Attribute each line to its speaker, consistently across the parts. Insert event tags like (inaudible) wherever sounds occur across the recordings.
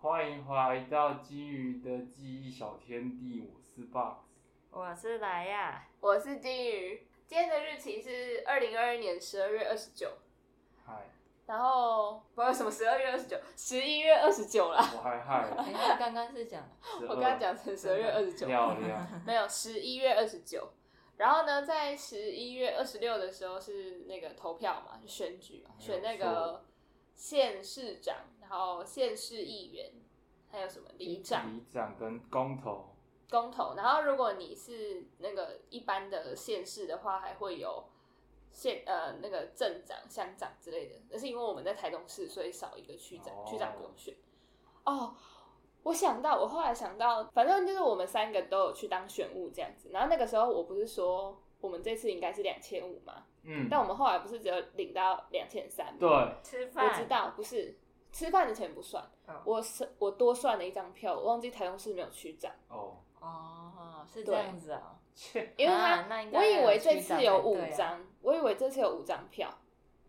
Speaker 1: 欢迎回到金鱼的记忆小天地，我是 Box。
Speaker 2: 我是来呀、
Speaker 3: (laughs) 我是金鱼。今天的日期是二零二一年十二月二十九，
Speaker 1: 嗨，
Speaker 3: 然后不知道为什么十二月二十九，十一月二十九啦。
Speaker 1: 我还嗨，
Speaker 2: 哎、他刚刚是讲
Speaker 1: 12
Speaker 3: 我刚刚讲成十二月二十九，
Speaker 1: 漂亮，
Speaker 3: 没有十一月二十九。然后呢，在十一月二十六的时候是那个投票嘛，就选举嘛，
Speaker 1: 没有
Speaker 3: 选那
Speaker 1: 错
Speaker 3: 个县市长，然后县市议员，还有什么里长、
Speaker 1: 里长跟公投，
Speaker 3: 公投。然后如果你是那个一般的县市的话，还会有县呃那个镇长、乡长之类的。那是因为我们在台东市，所以少一个区长，
Speaker 1: 哦
Speaker 3: 区长不用选。哦，我想到，我后来想到，反正就是我们三个都有去当选务这样子。然后那个时候我不是说我们这次应该是两千五嘛，
Speaker 1: 嗯，
Speaker 3: 但我们后来不是只有领到两千三？
Speaker 1: 对，，
Speaker 2: 吃
Speaker 3: 我知道，不是吃饭的钱不算，
Speaker 2: 哦
Speaker 3: 我是我多算了一张票，我忘记台东市没有区长。
Speaker 1: 哦，
Speaker 2: 哦，是这
Speaker 3: 对
Speaker 2: 样子啊、
Speaker 1: 切，
Speaker 3: 因为他，
Speaker 2: 啊那应该
Speaker 3: 我以为这
Speaker 2: 要
Speaker 3: 次
Speaker 2: 有
Speaker 3: 有
Speaker 2: 区
Speaker 3: 五
Speaker 2: 长才对啊
Speaker 3: 张，我以为这次有五张票，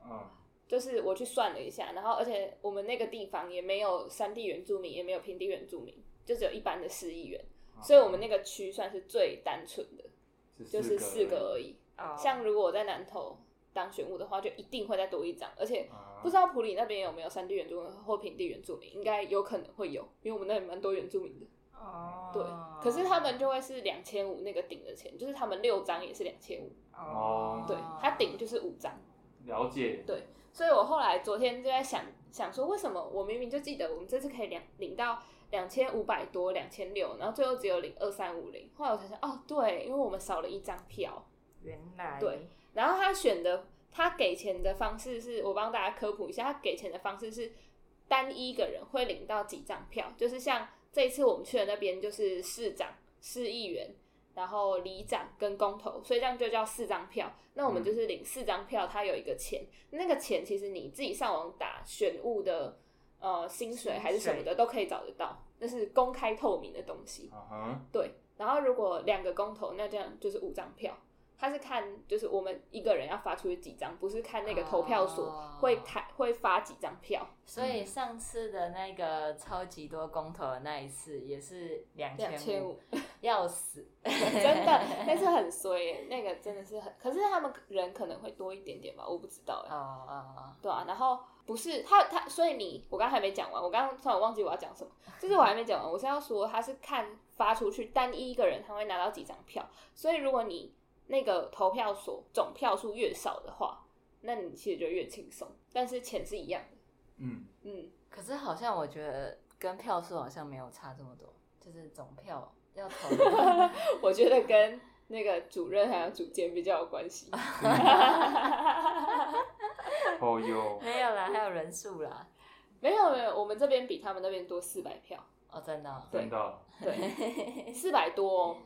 Speaker 1: 嗯，
Speaker 3: 就是我去算了一下，然后而且我们那个地方也没有山地原住民，也没有平地原住民，就只有一般的市议员，
Speaker 1: 哦
Speaker 3: 所以我们那个区算是最单纯的，就是四个而
Speaker 1: 已，
Speaker 3: 已。
Speaker 2: 哦
Speaker 3: 啊像如果我在南投当选务的话，就一定会再多一张，而且
Speaker 1: 啊
Speaker 3: 不知道普里那边有没有山地原住民或平地原住民，应该有可能会有，因为我们那里蛮多原住民的。
Speaker 2: 哦，
Speaker 3: 对，可是他们就会是两千五那个顶的钱，就是他们六张也是两千五，
Speaker 1: 哦
Speaker 3: 对，他顶就是五张。
Speaker 1: 了解，
Speaker 3: 对所以我后来昨天就在想想说，为什么我明明就记得我们这次可以两领到两千五百多、两千六，然后最后只有领二三五零。后来我才想，哦，对，因为我们少了一张票。
Speaker 2: 原来
Speaker 3: 对，然后他选的他给钱的方式是，我帮大家科普一下，他给钱的方式是单一个人会领到几张票，就是像这一次我们去的那边就是市长、市议员。然后里长跟公投，所以这样就叫四张票。那我们就是领四张票，它有一个钱，那个钱其实你自己上网打选务的呃薪水还是什么
Speaker 2: 薪
Speaker 3: 的都可以找得到，那是公开透明的东西。
Speaker 1: 嗯哼，
Speaker 3: 对，然后如果两个公投，那这样就是五张票。他是看就是我们一个人要发出去几张，不是看那个投票所
Speaker 2: 哦
Speaker 3: 会开、会发几张票，
Speaker 2: 所以上次的那个超级多公投的那一次也是两
Speaker 3: 两千
Speaker 2: 五，
Speaker 3: 五，
Speaker 2: 要死，
Speaker 3: 真的，那是很衰耶、那个真的是很，可是他们人可能会多一点点吧，我不知道
Speaker 2: 哦
Speaker 3: 哎、
Speaker 2: 哦
Speaker 3: 对啊，然后不是他他，所以你我刚才还没讲完，我刚刚突然忘记我要讲什么，就是我还没讲完，我是要说他是看发出去单一一个人他会拿到几张票，所以如果你那个投票所总票数越少的话，那你其实就越轻松，但是钱是一样的，
Speaker 1: 嗯，
Speaker 3: 嗯， (laughs)
Speaker 2: 哦，可是好像我觉得跟票数好像没有差这么多，就是总票要投的
Speaker 3: (laughs) 我觉得跟那个主任还有主监比较有关系，
Speaker 1: 哦哟，
Speaker 2: 没有啦，还有人数啦，
Speaker 3: 没有没有，我们这边比他们那边多四百票，
Speaker 2: 哦，真的哦、
Speaker 1: 真的，
Speaker 3: 对，四百多、哦，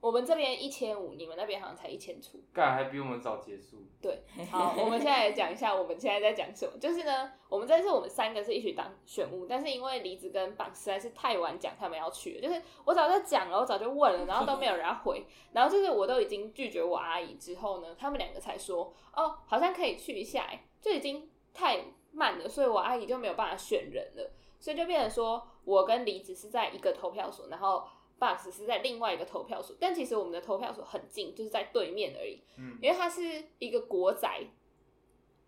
Speaker 3: 我们这边一千五，你们那边好像才一千出。
Speaker 1: 干还比我们早结束，
Speaker 3: 对，
Speaker 2: 嗯
Speaker 3: 好，我们现在来讲一下我们现在在讲什么。就是呢，我们这次我们三个是一起当选务，但是因为离子跟榜实在是太晚讲他们要去了，就是我早就讲了，我早就问了，然后都没有人要回，然后就是我都已经拒绝我阿姨之后呢，他们两个才说哦，好像可以去一下、欸，就已经太慢了，所以我阿姨就没有办法选人了，所以就变成说我跟离子是在一个投票所，然后。box 是在另外一个投票所，但其实我们的投票所很近，就是在对面而已。
Speaker 1: 嗯，
Speaker 3: 因为它是一个国宅，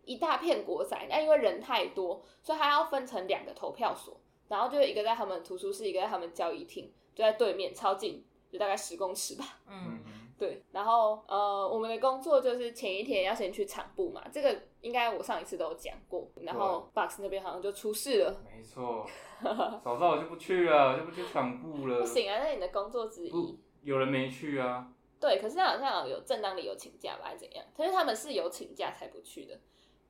Speaker 3: 一大片国宅。那因为人太多，所以它要分成两个投票所，然后就一个在他们图书室，一个在他们交易厅，就在对面，超近，就大概十公尺吧。
Speaker 2: 嗯
Speaker 1: 嗯，哼，
Speaker 3: 对，然后呃，我们的工作就是前一天要先去场部嘛，这个应该我上一次都有讲过。然后 box 那边好像就出事了，
Speaker 1: 没错，早知道我就不去了，就不去抢布了，
Speaker 3: 不行啊，那你的工作之一
Speaker 1: 不。，有人没去啊，
Speaker 3: 对，可是他好像有正当理由请假吧，还是怎样？可是他们是有请假才不去的，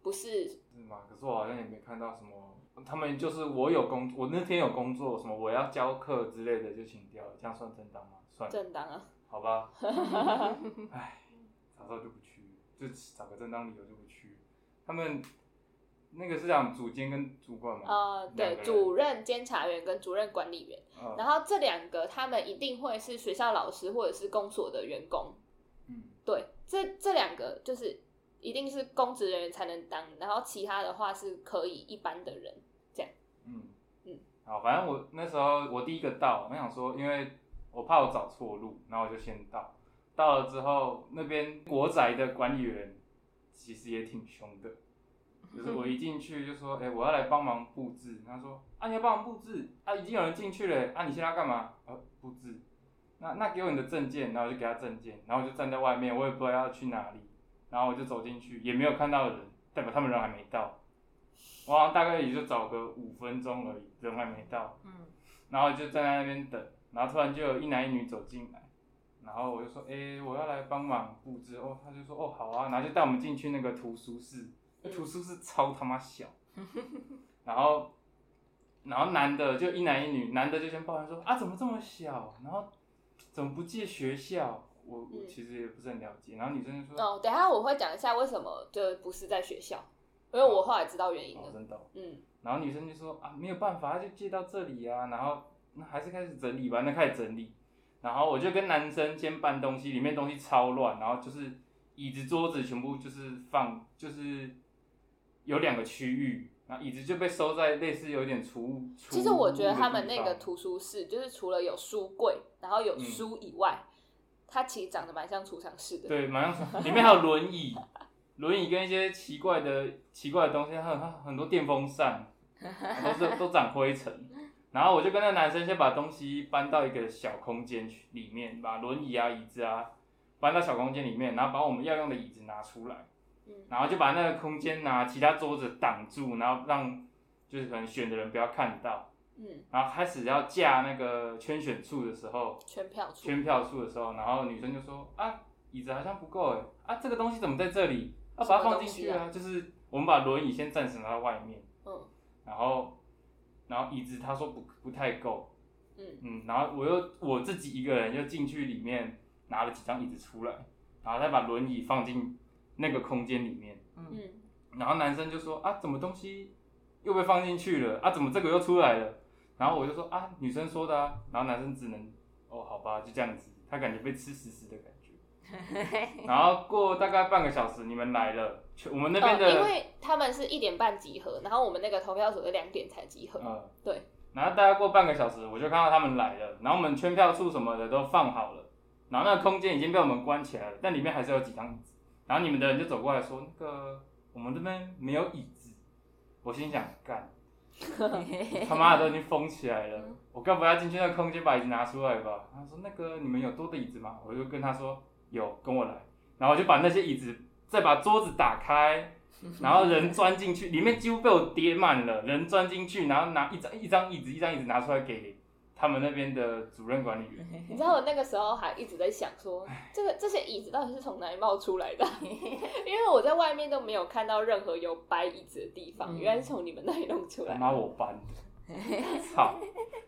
Speaker 3: 不是
Speaker 1: 是吗？可是我好像也没看到什么，他们就是我有工，我那天有工作，什么我要教课之类的就请掉了，这样算正当吗？算，
Speaker 3: 正当啊。
Speaker 1: 好
Speaker 3: (laughs)
Speaker 1: 吧。唉，早知道就不去，就找个正当理由就不去。他们那个是讲主监跟主管嘛？
Speaker 3: 呃，对，主任监察员跟主任管理员，
Speaker 1: 呃，
Speaker 3: 然后这两个他们一定会是学校老师或者是公所的员工，
Speaker 1: 嗯，
Speaker 3: 对，这这两个就是一定是公职人员才能当，然后其他的话是可以一般的人，
Speaker 1: 嗯
Speaker 3: 嗯，
Speaker 1: 好，反正我那时候我第一个到，我想说，因为我怕我找错路，然后我就先到。到了之后，那边国宅的管理员其实也挺凶的，就是我一进去就说，哎、我要来帮忙布置。他说，啊，你要帮忙布置？啊，已经有人进去了，啊，你现在干嘛？呃，布置。那那给我你的证件，然后我就给他证件，然后我就站在外面，我也不知道要去哪里，然后我就走进去，也没有看到人，代表他们人还没到。我好像大概也就找个五分钟而已，人还没到。
Speaker 2: 嗯，
Speaker 1: 然后就站在那边等，然后突然就有一男一女走进来，然后我就说，哎、我要来帮忙布置哦，他就说，哦，好啊，然后就带我们进去那个图书室，那图书室超他妈
Speaker 3: (laughs)
Speaker 1: 小，然后，然后男的就一男一女，男的就先抱怨说，啊，怎么这么小，然后怎么不借学校？我我
Speaker 3: 嗯
Speaker 1: 其实也不是很了解，然后女生就说，
Speaker 3: 哦，等一下我会讲一下为什么就不是在学校，因为我后来知道原因
Speaker 1: 哦，
Speaker 3: 了。
Speaker 1: 真的哦、
Speaker 3: 嗯，
Speaker 1: 然后女生就说啊，没有办法，就借到这里啊，然后那还是开始整理吧，那开始整理，然后我就跟男生先搬东西，里面东西超乱，然后就是椅子、桌子全部就是放，就是有两个区域，然后椅子就被收在类似有点储物。储
Speaker 3: 其实我觉得
Speaker 1: 物的
Speaker 3: 他们
Speaker 1: 地
Speaker 3: 那个
Speaker 1: 方
Speaker 3: 图书室，就是除了有书柜，然后有
Speaker 1: 嗯
Speaker 3: 书以外，它其实长得蛮像储藏室的。
Speaker 1: 对，马上里面还有轮椅，轮椅跟一些奇怪的奇怪的东西，还有还有很多电风扇，都是都长灰尘。然后我就跟那男生先把东西搬到一个小空间去里面，把轮椅啊、椅子啊搬到小空间里面，然后把我们要用的椅子拿出来，
Speaker 3: 嗯，
Speaker 1: 然后就把那个空间拿其他桌子挡住，然后让就是可能选的人不要看到。
Speaker 3: 嗯，
Speaker 1: 然后开始要架那个圈选处的时候，
Speaker 3: 全票出。
Speaker 1: 圈票数的时候，然后女生就说啊，椅子好像不够哎，啊这个东西怎么在这里？啊把它放进去
Speaker 3: 什么
Speaker 1: 啊，就是我们把轮椅先暂时拿到外面，
Speaker 3: 嗯
Speaker 1: 然后然后椅子他说不不太够，
Speaker 3: 嗯，
Speaker 1: 嗯，然后我又我自己一个人又进去里面拿了几张椅子出来，然后再把轮椅放进那个空间里面，
Speaker 3: 嗯，
Speaker 1: 然后男生就说啊，怎么东西又被放进去了啊？怎么这个又出来了？然后我就说啊，女生说的啊。然后男生只能哦，好吧，就这样子，他感觉被吃死死的感觉。
Speaker 3: (laughs)
Speaker 1: 然后过大概半个小时，你们来了，全我们那边
Speaker 3: 哦，因
Speaker 1: 的、
Speaker 3: 为他们是一点半集合，然后我们那个投票所是两点才集
Speaker 1: (laughs)
Speaker 3: 合。
Speaker 1: 呃
Speaker 3: 对。
Speaker 1: 然后大概过半个小时，我就看到他们来了，然后我们圈票处什么的都放好了，然后那个空间已经被我们关起来了，但里面还是有几张椅子。然后你们的人就走过来说，那个我们这边没有椅子。我心想，干。
Speaker 2: 嗯
Speaker 1: 他妈的都已经封起来了，我该不会要进去那个空间把椅子拿出来吧？他说那个你们有多的椅子吗？我就跟他说有，跟我来，然后我就把那些椅子再把桌子打开，然后人钻进去，里面几乎被我叠满了，人钻进去，然后拿一张一张椅子一张椅子拿出来给他们那边的主任管理员，
Speaker 3: 你知道我那个时候还一直在想说，
Speaker 1: 哎
Speaker 3: 这个这些椅子到底是从哪里冒出来的？ (laughs) 因为我在外面都没有看到任何有摆椅子的地方，
Speaker 2: 嗯
Speaker 3: 原来是从你们那里弄出
Speaker 1: 他
Speaker 3: 来。
Speaker 1: 妈我
Speaker 3: (laughs)
Speaker 1: 搬的，操！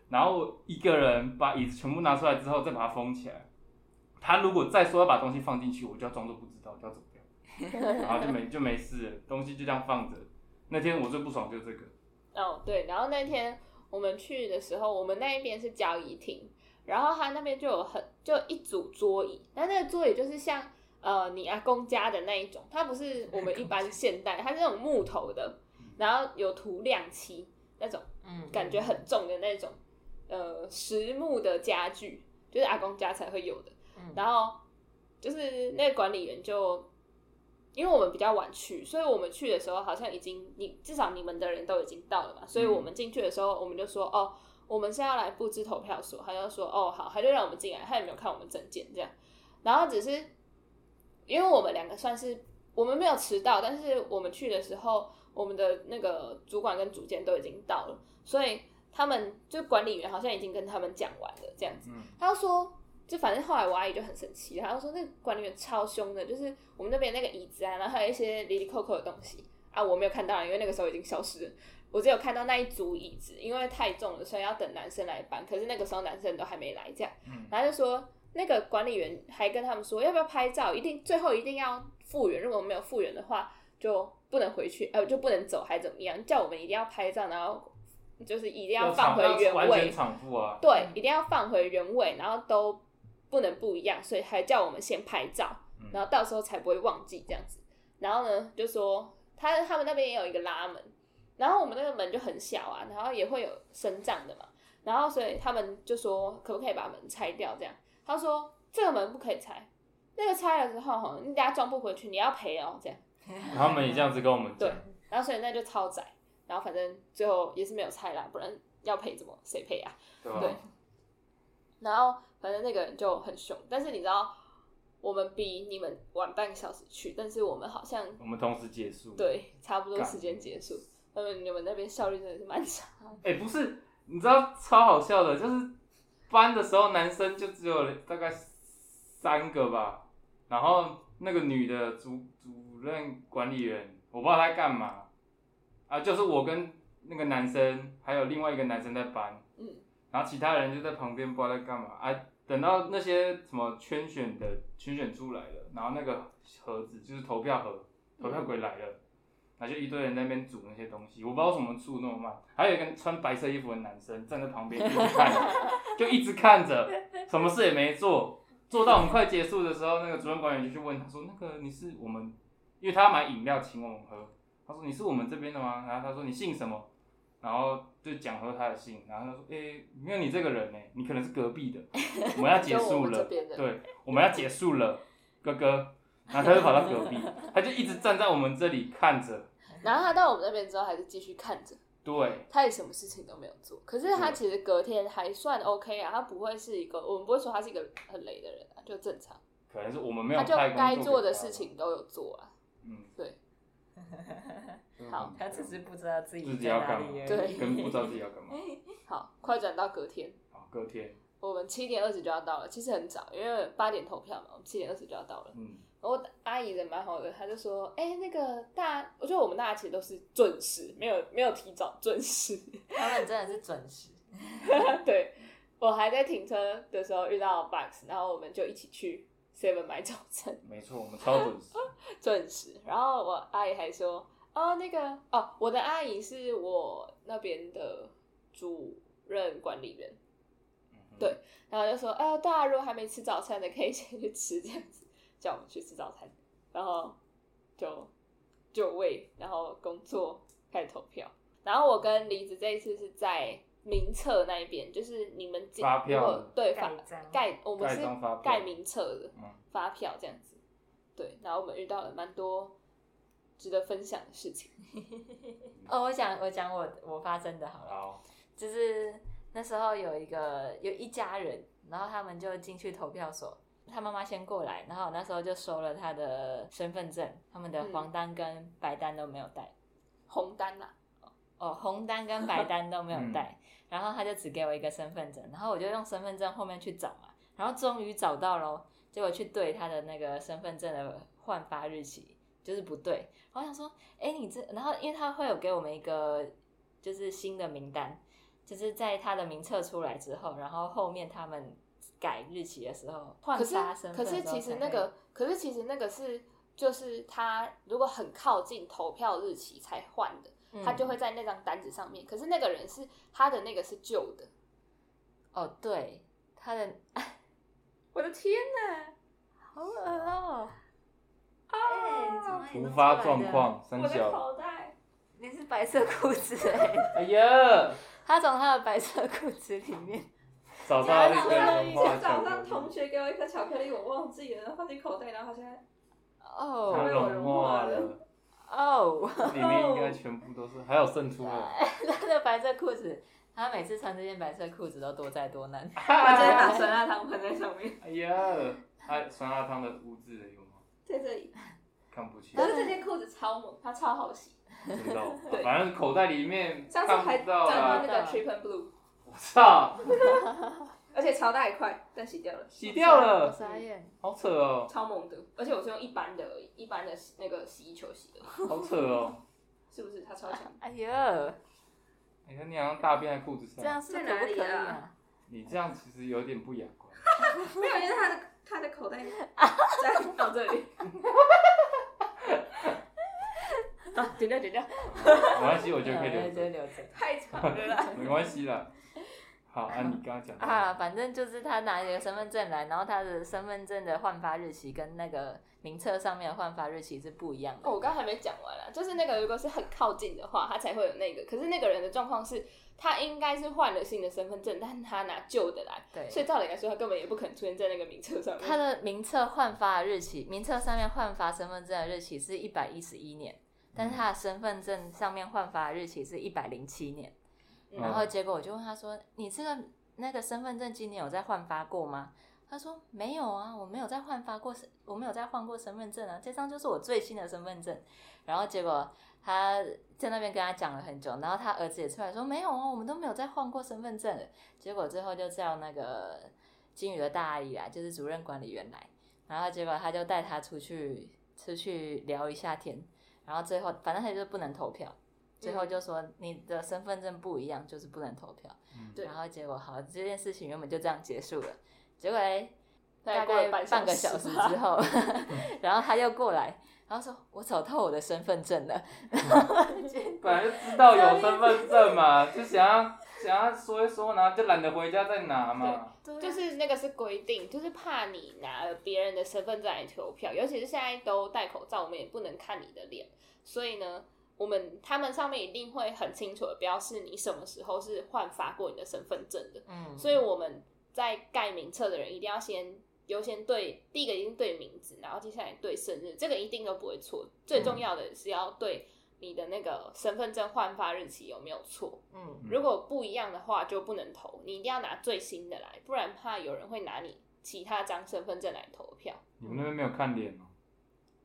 Speaker 1: 然后我一个人把椅子全部拿出来之后，再把它封起来。他如果再说要把东西放进去，我就要装作不知道，就要走掉，
Speaker 3: (laughs)
Speaker 1: 然后就没就没事了，东西就这样放着。那天我最不爽就是这个，
Speaker 3: 哦，对，然后那天我们去的时候，我们那一边是交易厅，然后他那边就有很就一组桌椅，那那个桌椅就是像呃你阿公家的那一种，它不是我们一般现代，它是那种木头的，然后有涂亮漆那种。
Speaker 2: 嗯，
Speaker 3: 感觉很重的那种，呃，实木的家具，就是阿公家才会有的。
Speaker 2: 嗯
Speaker 3: 然后就是那个管理员就，因为我们比较晚去，所以我们去的时候好像已经你至少你们的人都已经到了嘛，所以我们进去的时候我们就说哦，我们是要来布置投票所，他就说哦好，他就让我们进来，他也没有看我们证件这样，然后只是因为我们两个算是我们没有迟到，但是我们去的时候，我们的那个主管跟主监都已经到了，所以他们就管理员好像已经跟他们讲完了这样子。
Speaker 1: 嗯，
Speaker 3: 他就说，就反正后来我阿姨就很生气，她就说那个管理员超凶的，就是我们那边那个椅子啊，然后还有一些里里扣扣的东西啊，我没有看到啊，因为那个时候已经消失了。我只有看到那一组椅子，因为太重了，所以要等男生来搬。可是那个时候男生都还没来，这样，
Speaker 1: 嗯
Speaker 3: 然后就说那个管理员还跟他们说，要不要拍照？一定最后一定要复原，如果没有复原的话，就不能回去，呃，就不能走，还怎么样？叫我们一定要拍照，然后就是一定
Speaker 1: 要
Speaker 3: 放回
Speaker 1: 要
Speaker 3: 原
Speaker 1: 完
Speaker 3: 位
Speaker 1: 全，偿付啊，
Speaker 3: 对，一定要放回原位，然后都不能不一样，所以还叫我们先拍照
Speaker 1: 嗯，
Speaker 3: 然后到时候才不会忘记这样子。然后呢，就说他他们那边也有一个拉门，然后我们那个门就很小啊，然后也会有升降的嘛，然后所以他们就说可不可以把门拆掉这样？他说这个门不可以拆，那个拆了之后哈，你等下装不回去，你要赔哦这样。
Speaker 2: 嗯
Speaker 1: 然后他们也这样子跟我们讲
Speaker 3: 对，然后所以那就超窄，然后反正最后也是没有拆啦，不然要赔怎么谁赔啊？
Speaker 1: 对吧？
Speaker 3: 对然后反正那个人就很凶，但是你知道我们比你们晚半个小时去，但是我们好像
Speaker 1: 我们同时结束。，
Speaker 3: 对差不多时间结束。他们你们那边效率真的是蛮差，
Speaker 1: 哎、不是，你知道超好笑的，就是搬的时候男生就只有大概三个吧，然后那个女的主主任管理员，我不知道她在干嘛啊，就是我跟那个男生还有另外一个男生在搬，
Speaker 3: 嗯，
Speaker 1: 然后其他人就在旁边不知道在干嘛啊。等到那些什么圈选的圈选出来了，然后那个盒子就是投票盒，投票鬼来了，然后就一堆人在那边煮那些东西，我不知道为什么煮那么慢。还有一个穿白色衣服的男生站在旁边一直看，就一直看着，什么事也没做。做到我们快结束的时候，那个主任管理员就去问他说：“那个你是我们，因为他要买饮料请我们喝，他说你是我们这边的吗？”然后他说你姓什么？然后就讲说他的姓，然后他说：“诶、没有你这个人呢、你可能是隔壁的，我们要结
Speaker 2: (laughs) 就我
Speaker 1: 束
Speaker 2: 们这
Speaker 1: 了，
Speaker 2: 边的
Speaker 1: 对，我们要结束了，哥哥。”然后他就跑到隔壁，他就一直站在我们这里看着，
Speaker 3: 然后他到我们那边之后还是继续看着，
Speaker 1: 对，
Speaker 3: 他也什么事情都没有做。可是他其实隔天还算 OK 啊，他不会是一个我们不会说他是一个很雷的人啊，就正常。
Speaker 1: 可能是我们没有
Speaker 3: 他就
Speaker 1: 派工
Speaker 3: 该
Speaker 1: 给
Speaker 3: 做的
Speaker 1: 他
Speaker 3: 事，情都有做啊，
Speaker 1: 嗯，
Speaker 3: 对，
Speaker 1: 好
Speaker 2: 他只是不知道自己
Speaker 1: 嗯自己
Speaker 2: 在
Speaker 1: 要
Speaker 2: 哪
Speaker 1: 干
Speaker 2: 里
Speaker 1: 嘛
Speaker 2: 而已，
Speaker 3: 对
Speaker 1: 跟不知道自己要干嘛。
Speaker 3: 好，快转到隔天，
Speaker 1: 好，隔天，
Speaker 3: 我们七点二十就要到了，其实很早，因为八点投票嘛，我们七点二十就要到了。
Speaker 1: 嗯，
Speaker 3: 然后阿姨人蛮好的，她就说：“哎、那个大，我觉得我们大家其实都是准时，没有没有提早，准时。 (laughs)
Speaker 2: 他们真的是准时，
Speaker 3: 对我还在停车的时候遇到 Box，然后我们就一起去 Seven 买早餐，
Speaker 1: 没错，我们超准时。
Speaker 3: 准时。然后我阿姨还说：“哦，那个哦，我的阿姨是我那边的主任管理员。” (laughs) 对然后就说，哎、呦，大家如果还没吃早餐的，可以先去吃这样子，叫我们去吃早餐，然后就就位，然后工作开始投票。然后我跟梨子这一次是在名册那一边，就是你们进
Speaker 1: 发票
Speaker 3: 如果对发
Speaker 2: 盖章
Speaker 3: 盖，我们
Speaker 1: 盖
Speaker 3: 是
Speaker 1: 章发票
Speaker 3: 盖名册的
Speaker 1: 嗯
Speaker 3: 发票这样子。对，然后我们遇到了蛮多值得分享的事情。
Speaker 2: 哦，我讲我讲我我发生的好了，
Speaker 1: 好，
Speaker 2: 就是那时候有一个有一家人，然后他们就进去投票所，他妈妈先过来，然后我那时候就收了他的身份证，他们的
Speaker 3: 嗯
Speaker 2: 黄单跟白单都没有带，
Speaker 3: 红单啊啦、
Speaker 2: 哦，红单跟白单都没
Speaker 1: 嗯
Speaker 2: 有带，然后他就只给我一个身份证，然后我就用身份证后面去找嘛，然后终于找到咯，结果去对他的那个身份证的换发日期就是不对，然后我想说，哎，你这，然后因为他会有给我们一个就是新的名单，就是在他的名册出来之后，然后后面他们改日期的时候换
Speaker 3: 可是
Speaker 2: 发身份
Speaker 3: 可
Speaker 2: 的时候
Speaker 3: 是其实
Speaker 2: 才
Speaker 3: 那
Speaker 2: 会
Speaker 3: 个，可是其实那个是就是他如果很靠近投票日期才换的，
Speaker 2: 嗯
Speaker 3: 他就会在那张单子上面。可是那个人是他的那个是旧的，
Speaker 2: 哦对他的
Speaker 3: 我的天哪！
Speaker 2: 好恶哦。哎
Speaker 1: 突发状况，三小，
Speaker 3: 口袋，
Speaker 2: 你是白色裤子哎、
Speaker 1: 哎呀，
Speaker 2: 他从他的白色裤子里面，
Speaker 1: 找到一个融化的巧克力
Speaker 4: 学给我一颗巧克力，我忘记了，放进口袋，然后好像
Speaker 1: 它
Speaker 2: 哦
Speaker 4: 对
Speaker 1: 融化了，
Speaker 2: 哦，
Speaker 1: 里面应该全部都是，还有渗出来。
Speaker 2: 他的白色裤子，他每次穿这件白色裤子都多灾多难。
Speaker 4: 我直接
Speaker 1: 啊
Speaker 4: 把酸辣汤喷在上面，
Speaker 3: (laughs)
Speaker 1: 哎呀，它酸辣汤的污渍有吗？
Speaker 4: 在这里。
Speaker 1: 看不清
Speaker 4: 可，是这件裤子超猛，它超好洗，
Speaker 1: 不知
Speaker 3: (laughs)
Speaker 1: 道
Speaker 4: 对，
Speaker 1: 反正口袋里面
Speaker 4: 上次
Speaker 1: 看
Speaker 4: 还
Speaker 1: 不
Speaker 4: 找
Speaker 1: 到啊
Speaker 4: 到那
Speaker 1: 啦。
Speaker 4: 个 Triple Blue，
Speaker 1: 我操，
Speaker 4: 而且超大一块，但洗掉了，
Speaker 1: 洗掉
Speaker 2: 我
Speaker 1: 了，
Speaker 2: 傻眼，
Speaker 1: 好扯
Speaker 3: (laughs)
Speaker 1: 哦，
Speaker 4: 超猛的。而且我是用一般的而已，一般的洗那个洗衣球洗的，
Speaker 1: 好扯哦。
Speaker 4: 是不是？它超强。
Speaker 2: 哎呦，
Speaker 1: 哎呀，你好像大便在裤子
Speaker 2: 这
Speaker 1: 上，
Speaker 2: 样是可不可以
Speaker 4: 在哪里
Speaker 2: 啊？
Speaker 1: 你这样其实有点不雅观。
Speaker 4: 没有，因为它的它的口
Speaker 1: (laughs)
Speaker 4: 袋在到这里。
Speaker 3: 啊，剪掉剪掉，
Speaker 1: 没关系，我觉得可以
Speaker 2: (laughs) 对
Speaker 1: 留
Speaker 2: 就
Speaker 1: 着，
Speaker 2: 留着。
Speaker 1: (laughs)
Speaker 4: 太长了啦。
Speaker 1: 没关系啦。好，啊，你刚刚讲的
Speaker 2: 啊，反正就是他拿一个身份证来，然后他的身份证的换发日期跟那个名册上面的换发日期是不一样的。
Speaker 3: 哦，我刚还没讲完啦，就是那个如果是很靠近的话，他才会有那个。可是那个人的状况是，他应该是换了新的身份证，但他拿旧的来，
Speaker 2: 对，
Speaker 3: 所以照理来说，他根本也不可能出现在那个名册上面。
Speaker 2: 他的名册换发日期，名册上面换发身份证的日期是一百一十一年，但是他的身份证上面换发的日期是一百零七年。
Speaker 3: 嗯
Speaker 2: 然后结果我就问他说：“你这个那个身份证今年有在换发过吗？”他说：“没有啊，我没有在换发过身，我没有在换过身份证啊，这张就是我最新的身份证。”然后结果他在那边跟他讲了很久，然后他儿子也出来说：“没有啊，我们都没有在换过身份证的。”结果最后就叫那个金鱼的大阿姨来，就是主任管理员来，然后结果他就带他出去出去聊一下天，然后最后反正他就不能投票。
Speaker 3: 嗯
Speaker 2: 最后就说你的身份证不一样，就是不能投票。
Speaker 1: 嗯
Speaker 3: 对
Speaker 2: 然后结果好，这件事情原本就这样结束了。结果嘞，
Speaker 3: 大
Speaker 2: 大
Speaker 3: 概过了
Speaker 2: 概
Speaker 3: 半啊
Speaker 2: 半个小时之
Speaker 3: 吧，
Speaker 2: 后，
Speaker 3: (laughs)
Speaker 2: 然后他又过来，然后说：“我找到我的身份证了。”
Speaker 3: (laughs)
Speaker 1: 本来就知道有身份证嘛，就想要想要说一说，然后就懒得回家再拿嘛。
Speaker 3: 就是那个是规定，就是怕你拿了别人的身份证来投票，尤其是现在都戴口罩，我们也不能看你的脸，所以呢，我们他们上面一定会很清楚的标示你什么时候是换发过你的身份证的。
Speaker 2: 嗯，
Speaker 3: 所以我们在盖名册的人一定要先优先对第一个一定对名字，然后接下来对生日，这个一定都不会错。最重要的是要对你的那个身份证换发日期有没有错，
Speaker 2: 嗯，
Speaker 1: 嗯
Speaker 3: 如果不一样的话就不能投，你一定要拿最新的来，不然怕有人会拿你其他张身份证来投票。
Speaker 1: 你们那边没有看脸哦、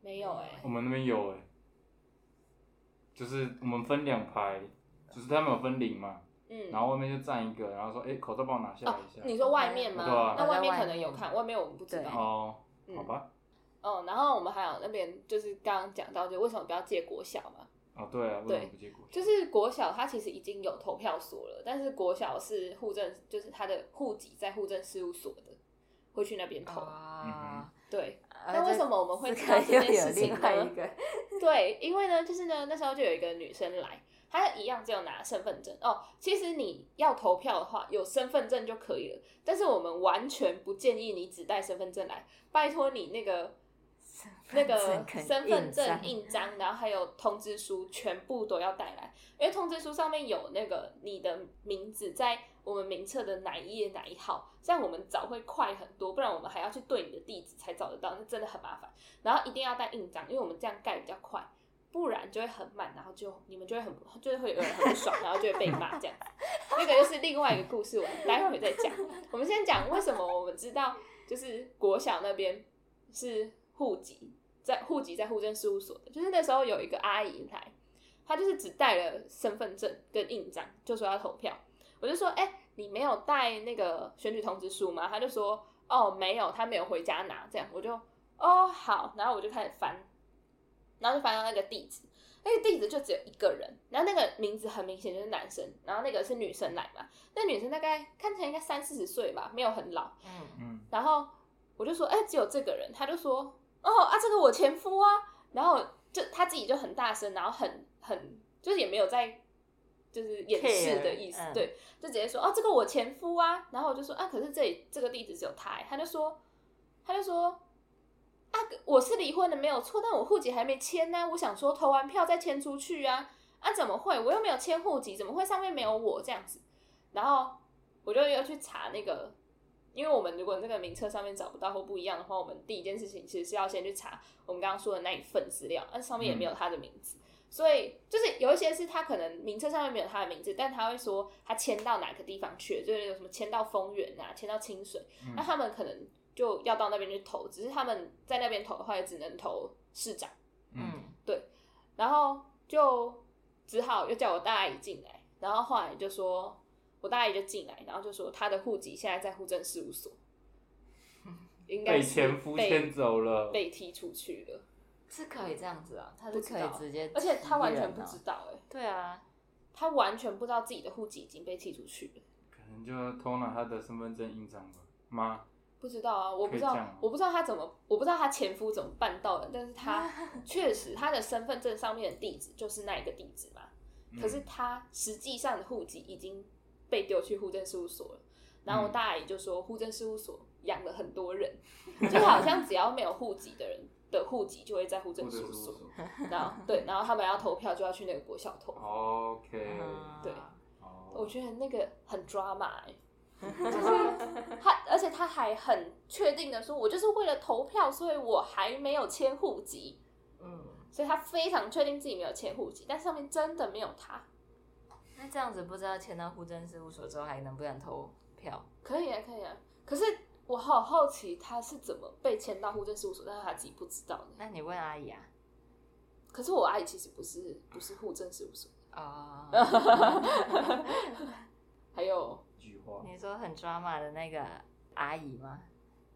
Speaker 3: 没有哎、
Speaker 1: 我们那边有哎、就是我们分两排，就是他们有分领嘛，
Speaker 3: 嗯，
Speaker 1: 然后外面就站一个，然后说哎、口罩帮我拿下来一下。
Speaker 3: 哦你说外面吗？
Speaker 1: 对啊
Speaker 3: 那外面可能有看，外面我们不知
Speaker 2: 对
Speaker 3: 道。
Speaker 1: 哦，
Speaker 3: 嗯
Speaker 1: 好吧，
Speaker 3: 嗯，然后我们还有那边就是刚刚讲到，就为什么不要借国小嘛？
Speaker 1: 哦对啊，为什么不结果？
Speaker 3: 就是国小，它其实已经有投票所了，但是国小是户政，就是它的户籍在户政事务所的，会去那边投。
Speaker 2: 啊，
Speaker 3: 对，
Speaker 2: 呃
Speaker 3: 那为什么我们会
Speaker 2: 这
Speaker 3: 知道这
Speaker 2: 又
Speaker 3: 件
Speaker 2: 有
Speaker 3: 事情
Speaker 2: 另外
Speaker 3: 呢
Speaker 2: 一？个？
Speaker 3: 对，因为呢，就是呢，那时候就有一个女生来，她一样只有拿身份证哦。其实你要投票的话，有身份证就可以了，但是我们完全不建议你只带身份证来，拜托你那个。那个身份证印章，然后还有通知书，全部都要带来，因为通知书上面有那个你的名字在我们名册的哪一页哪一号，这样我们找会快很多，不然我们还要去对你的地址才找得到，那真的很麻烦。然后一定要带印章，因为我们这样盖比较快，不然就会很慢，然后就你们就会很就是会有人很不爽，然后就会被骂这样。那个又是另外一个故事，我们待会再讲。我们先讲为什么我们知道就是国小那边是户籍，在户籍在户政事务所的，就是那时候有一个阿姨来，她就是只带了身份证跟印章，就说要投票。我就说，哎、你没有带那个选举通知书吗？她就说，哦，没有，她没有回家拿。这样我就，哦，好，然后我就开始翻，然后就翻到那个地址。那个地址就只有一个人，然后那个名字很明显就是男生，然后那个是女生来嘛，那女生大概看起来应该三四十岁吧，没有很老，
Speaker 2: 嗯，
Speaker 1: 嗯，
Speaker 3: 然后我就说，哎、只有这个人，他就说，哦啊，这个我前夫啊，然后就他自己就很大声，然后很很就是也没有在就是掩饰
Speaker 2: Care，
Speaker 3: 的意思，
Speaker 2: 嗯
Speaker 3: 对，就直接说，哦，这个我前夫啊，然后我就说，啊，可是这里这个地址只有他、哎他就说，他就说。啊，我是离婚的没有错，但我户籍还没迁呢、我想说投完票再迁出去啊，啊怎么会？我又没有迁户籍，怎么会上面没有我这样子？然后我就要去查那个，因为我们如果那个名册上面找不到或不一样的话，我们第一件事情其实是要先去查我们刚刚说的那一份资料，但上面也没有他的名字。所以就是有一些是他可能名册上面没有他的名字，但他会说他迁到哪个地方去了，就是有什么迁到丰原啊，迁到清水，
Speaker 1: 嗯
Speaker 3: 那他们可能就要到那边去投，只是他们在那边投的话，也只能投市长。
Speaker 1: 嗯，
Speaker 2: 嗯，
Speaker 3: 然后就只好又叫我大阿姨进来，然后后来就说，我大阿姨就进来，然后就说她的户籍现在在户政事务
Speaker 1: (laughs)
Speaker 3: 所，嗯应该
Speaker 1: 被
Speaker 3: 是
Speaker 1: 前夫牵走了。
Speaker 3: 被踢出去了，
Speaker 2: 是可以这样子啊，他
Speaker 3: 不
Speaker 2: 是
Speaker 3: 知
Speaker 2: 可以
Speaker 3: 道
Speaker 2: 直接，
Speaker 3: 而且她完全不知。道、哎，
Speaker 2: 对啊，
Speaker 3: 她完全不知道自己的户籍已经被踢出去了。
Speaker 1: 可能就偷拿他的身份证印章吧。妈，
Speaker 3: 不知道啊，我不知道
Speaker 1: 可以这样吗，
Speaker 3: 我不知道她怎么，我不知道她前夫怎么办到的，但是她确实她的身份证上面的地址就是那一个地址嘛，
Speaker 1: 嗯
Speaker 3: 可是他实际上的户籍已经被丢去户政事务所了。然后我大姨就说，户政事务所养了很多人， (laughs) 就是好像只要没有户籍的人的户籍就会在户政
Speaker 1: 或者
Speaker 3: 事
Speaker 1: 是
Speaker 3: 务所。然后对，然后他们要投票就要去那个国小投。 (laughs)
Speaker 1: OK，
Speaker 2: 啊
Speaker 3: 对
Speaker 1: 好
Speaker 3: 嗯我觉得那个很 drama 欸就是他，而且他还很确定的说，我就是为了投票，所以我还没有迁户籍，
Speaker 2: 嗯，
Speaker 3: 所以他非常确定自己没有迁户籍，但上面真的没有他。
Speaker 2: 那这样子不知道签到户政事务所之后还能不能投票？
Speaker 3: 可以啊，可以啊。可是我好好奇他是怎么被签到户政事务所，但是他自己不知道的。
Speaker 2: 那你问阿姨啊。
Speaker 3: 可是我阿姨其实不是不是户政事务所，
Speaker 2: 哦，
Speaker 3: 还有
Speaker 1: 菊花
Speaker 2: (laughs)
Speaker 3: 嗯
Speaker 2: 你说很 drama 的那个阿姨吗？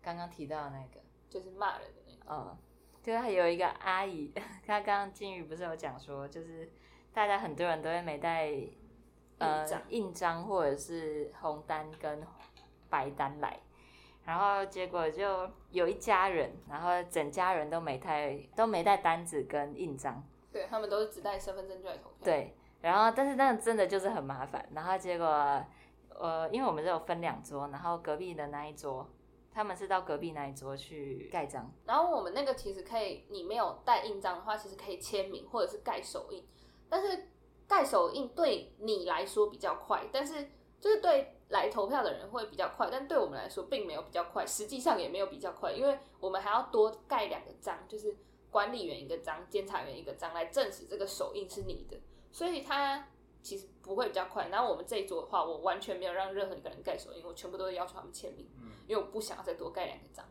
Speaker 2: 刚刚提到的那个，
Speaker 3: 就是骂人的那个。
Speaker 2: 嗯，就是还有一个阿姨， (laughs) 她刚刚金鱼不是有讲说，就是大家很多人都会没带呃
Speaker 3: 印章
Speaker 2: 印章或者是红单跟白单来，然后结果就有一家人，然后整家人都没带都没带单子跟印章，
Speaker 3: 对他们都是只带身份证就来投票。，
Speaker 2: 对，然后但是那真的就是很麻烦，然后结果呃，因为我们是有分两桌，然后隔壁的那一桌，他们是到隔壁那一桌去盖章，
Speaker 3: 然后我们那个其实可以，你没有带印章的话，其实可以签名或者是盖手印，但是盖手印对你来说比较快，但是就是对来投票的人会比较快，但对我们来说并没有比较快，实际上也没有比较快，因为我们还要多盖两个章，就是管理员一个章，监察员一个章来证实这个手印是你的，所以他。其实不会比较快。然后我们这一桌的话，我完全没有让任何一个人盖手印，我全部都是要求他们签名。因为我不想要再多盖两个章。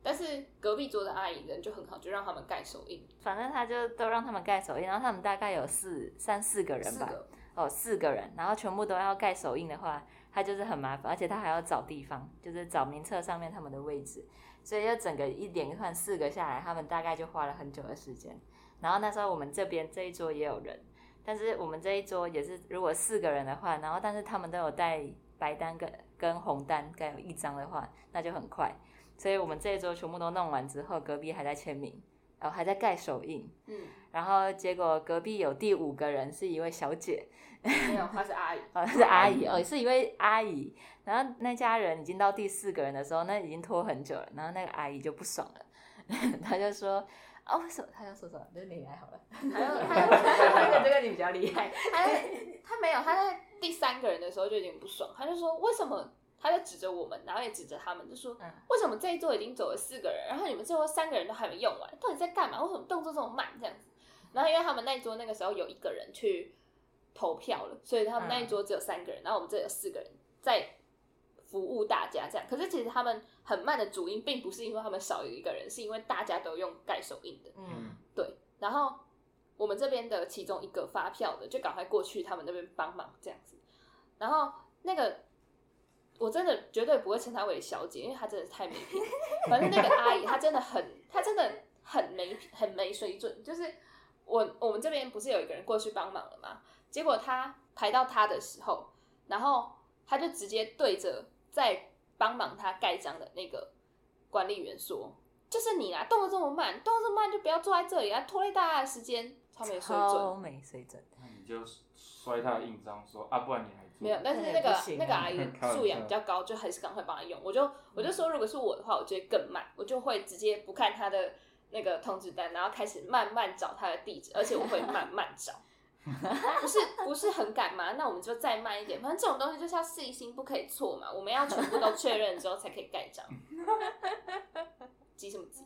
Speaker 3: 但是隔壁桌的阿姨人就很好，就让他们盖手印，
Speaker 2: 反正他就都让他们盖手印，然后他们大概有四三四个人
Speaker 3: 四
Speaker 2: 吧，
Speaker 3: 个，
Speaker 2: 哦，四个人，然后全部都要盖手印的话，他就是很麻烦，而且他还要找地方，就是找名册上面他们的位置，所以就整个一连串四个下来，他们大概就花了很久的时间。然后那时候我们这边这一桌也有人，但是我们这一桌也是如果四个人的话，然后但是他们都有带白单跟跟红单各有一张的话，那就很快。所以我们这一桌全部都弄完之后，隔壁还在签名，然后还在盖手印，
Speaker 3: 嗯，
Speaker 2: 然后结果隔壁有第五个人是一位小姐。
Speaker 3: 没有，她是阿姨，
Speaker 2: 哦，是阿姨
Speaker 1: 阿
Speaker 2: 哦，是一位阿姨。然后那家人已经到第四个人的时候，那已经拖很久了。然后那个阿姨就不爽了， (laughs) 她就说：“哦，为什么？”她要说什么？就是你来好了。
Speaker 3: 还有还有
Speaker 2: 这个你比较厉害。
Speaker 3: 还有，她没有，她在第三个人的时候就已经不爽，她就说为什么？她就指着我们，然后也指着他们，就说：“
Speaker 2: 嗯
Speaker 3: 为什么这一桌已经走了四个人，然后你们这桌三个人都还没用完，到底在干嘛？为什么动作这么慢？”这样子。然后因为他们那一桌那个时候有一个人去投票了，所以他们那一桌只有三个人，然后我们这有四个人在服务大家这样。可是其实他们很慢的主因，并不是因为他们少有一个人，是因为大家都用盖手印的。
Speaker 2: 嗯，
Speaker 3: 对，然后我们这边的其中一个发票的就赶快过去他们那边帮忙这样子。然后那个我真的绝对不会称她为小姐，因为她真的是太没品。反正那个阿姨她真的很，她真的很没品很没水准。就是我我们这边不是有一个人过去帮忙了吗？结果她排到她的时候，然后她就直接对着在帮忙她盖章的那个管理员说。就是你啦，动得这么慢，动得这么慢就不要坐在这里啊，拖累大家的时间，超没水准。
Speaker 2: 超没水准。
Speaker 1: 那你就摔他的印章说啊，不然你还做
Speaker 3: 没有，但是
Speaker 2: 真
Speaker 3: 那
Speaker 2: 的
Speaker 3: 个、
Speaker 2: 不行
Speaker 3: 那个
Speaker 2: 啊
Speaker 3: 阿姨
Speaker 1: 开玩
Speaker 3: 素养
Speaker 1: 笑
Speaker 3: 比较高，就还是赶快帮她用。我就我就
Speaker 2: 嗯
Speaker 3: 说，如果是我的话，我就会更慢，我就会直接不看她的那个通知单，然后开始慢慢找她的地址，而且我会慢慢
Speaker 2: (laughs)
Speaker 3: 找。不是不是很赶嘛？那我们就再慢一点，反正这种东西就是要细心，不可以错嘛。我们要全部都确认之后才可以盖
Speaker 2: (laughs)
Speaker 3: 章。急什么急？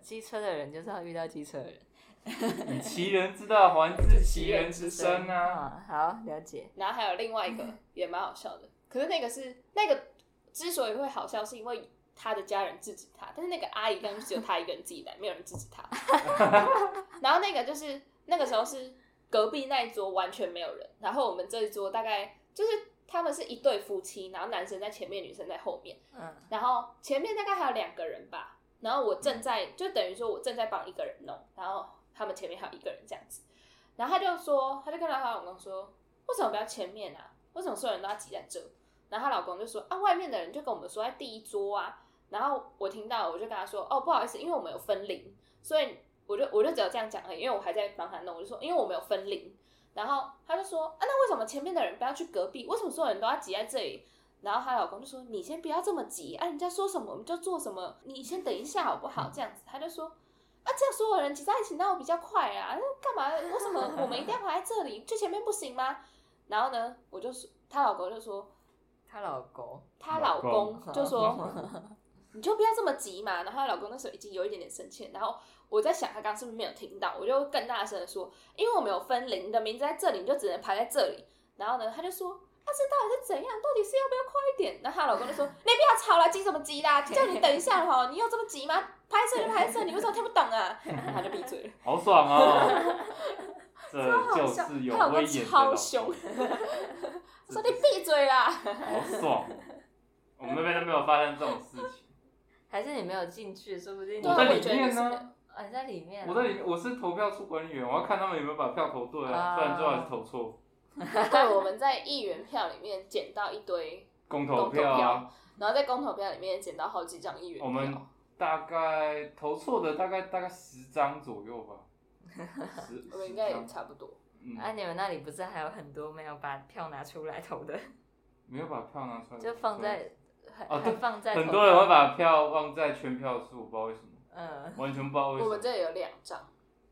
Speaker 2: 机车的人就是要遇到机车的人，
Speaker 1: 以其人之道还治其人之身啊。
Speaker 2: 啊、好了解。
Speaker 3: 然后还有另外一个也蛮好笑的，可是那个是那个之所以会好笑，是因为他的家人制止他，但是那个阿姨刚刚就只有他一个人自己来，没有人制止他。 (laughs) 然后那个就是那个时候是隔壁那一桌完全没有人，然后我们这一桌大概就是他们是一对夫妻，然后男生在前面，女生在后面。
Speaker 2: 嗯，
Speaker 3: 然后前面大概还有两个人吧，然后我正在就等于说我正在帮一个人弄，然后他们前面还有一个人这样子，然后他就说，他就跟她老公说，为什么不要前面啊？为什么所有人都要挤在这？然后她老公就说啊，外面的人就跟我们说在第一桌啊，然后我听到我就跟他说，哦，不好意思，因为我们有分龄，所以我就我就只有这样讲而已，因为我还在帮他弄，我就说因为我们有分龄。然后她就说啊，那为什么前面的人不要去隔壁？为什么所有人都要挤在这里？然后她老公就说：“你先不要这么急，啊，人家说什么我们就做什么，你先等一下好不好？”这样子，她就说：“啊，这样所有人挤在一起，那我比较快啊，那干嘛？为什么我们一定要排在这里？去前面不行吗？”然后呢，我就说，她老公就说，
Speaker 2: 她老公，
Speaker 3: 她老
Speaker 1: 老
Speaker 3: 公
Speaker 1: 公嗯 (laughs)
Speaker 3: 就说：“你就不要这么急嘛。”然后她老公那时候已经有一点点生气了，然后我在想她刚刚是不是没有听到，我就更大声的说：“因为我们有分龄，你的名字在这里，你就只能排在这里。”然后呢，她就说。啊，这到底是怎样？到底是要不要快一点？然后她老公就说：“你不要吵了，急什么急啦？叫你等一下哦，你有这么急吗？拍摄就拍摄，你为什么听不懂啊？”然后她就闭嘴了。
Speaker 1: 好爽
Speaker 3: (laughs)
Speaker 1: 哦！这 (laughs) 就是有
Speaker 3: 她老
Speaker 1: 威
Speaker 3: 公
Speaker 1: 严的
Speaker 3: 超
Speaker 1: 老
Speaker 3: 凶， (laughs)
Speaker 1: 公
Speaker 3: 说你闭嘴啦！ (laughs)
Speaker 1: 好爽！我们那边都没有发生这种事情。
Speaker 2: 还是你没有进去？说不定你
Speaker 3: 对啊
Speaker 1: 我在
Speaker 3: 我
Speaker 1: 里
Speaker 3: 觉得
Speaker 1: 面
Speaker 3: 是没有
Speaker 1: 呢，
Speaker 2: 哦你在里面啊，
Speaker 1: 我在里面，我是投票出管理员，我要看他们有没有把票投对啊，
Speaker 2: 啊
Speaker 1: 不然最后还是投错。
Speaker 3: 对，我们在议员票里面捡到一堆，
Speaker 1: 公投票
Speaker 3: 公投
Speaker 1: 啊
Speaker 3: 票，然后在公投票里面捡到好几张议员票。
Speaker 1: 我们大概投错的大概大概十张左右
Speaker 3: (laughs)
Speaker 1: 吧，十
Speaker 3: 我们应
Speaker 1: 十
Speaker 3: 该也
Speaker 1: 张，
Speaker 3: 差不多。哎
Speaker 1: 嗯，
Speaker 2: 啊，你们那里不是还有很多没有把票拿出来投的，
Speaker 1: 没有把票拿出来，
Speaker 2: 就放在还
Speaker 1: 嗯哦
Speaker 2: 还
Speaker 1: 对
Speaker 2: 放在
Speaker 1: 对。很
Speaker 2: 投
Speaker 1: 多人会
Speaker 2: 票
Speaker 1: 把票放在全票数，我不知道为什么，
Speaker 2: 嗯，
Speaker 1: 完全不知道为什
Speaker 3: 我
Speaker 1: 么
Speaker 3: 们。这里有两张，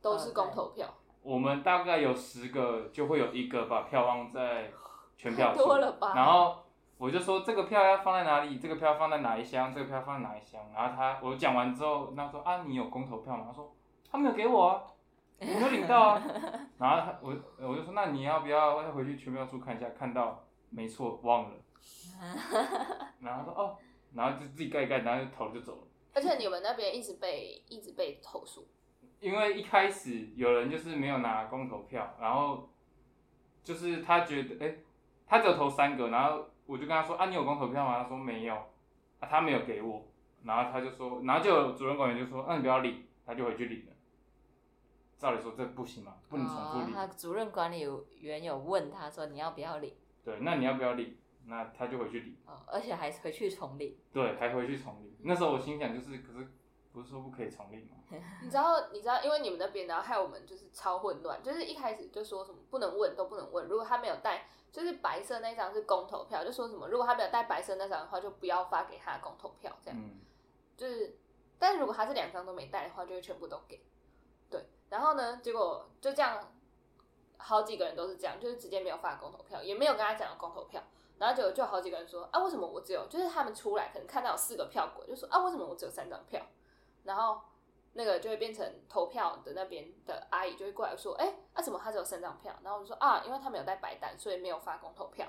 Speaker 3: 都是公投票，
Speaker 1: 我们大概有十个，就会有一个把票放在全票
Speaker 3: 太
Speaker 1: 处
Speaker 3: 多了吧
Speaker 1: 然后我就说这个票要放在哪里，这个票放在哪一箱，这个票放在哪一箱。然后他我讲完之后，那说啊，你有公投票吗？他说他没有给我啊， (laughs) 我没有领到啊。然后他我我就说那你要不要再回去全票处看一下？看到没错，
Speaker 3: (laughs)
Speaker 1: 忘了。然后他说哦，然后就自己盖一盖，然后就投就走了。
Speaker 3: 而且你们那边一直被一直被投诉，
Speaker 1: 因为一开始有人就是没有拿公投票，然后就是他觉得，哎、他只有投三个，然后我就跟他说啊，你有公投票吗？他说没有，啊，他没有给我，然后他就说，然后就有主任管理就说，那、你不要领，他就回去领了。照理说这不行嘛，不能重复
Speaker 2: 哦
Speaker 1: 领，
Speaker 2: 他
Speaker 3: 啊
Speaker 2: 主任管理员有问他说你要不要领，
Speaker 1: 对，那你要不要领？那他就回去领，
Speaker 2: 哦，而且还回去重领，
Speaker 1: 对，还回去重领。那时候我心想就是，可是不是说不可以重领吗？
Speaker 3: 你知道你知道，因为你们那边，然后害我们就是超混乱，就是一开始就说什么不能问都不能问，如果他没有带，就是白色那张是公投票，就说什么如果他没有带白色那张的话，就不要发给他公投票这样。
Speaker 1: 嗯，
Speaker 3: 就是，但是如果他这两张都没带的话，就会全部都给。对，然后呢，结果就这样，好几个人都是这样，就是直接没有发公投票，也没有跟他讲公投票。然后就就有好几个人说啊，为什么我只有就是他们出来可能看到有四个票果，就说啊，为什么我只有三张票？然后那个就会变成投票的那边的阿姨就会过来说，哎、啊怎么他只有三张票？然后我就说啊，因为他没有带白单，所以没有发公投票，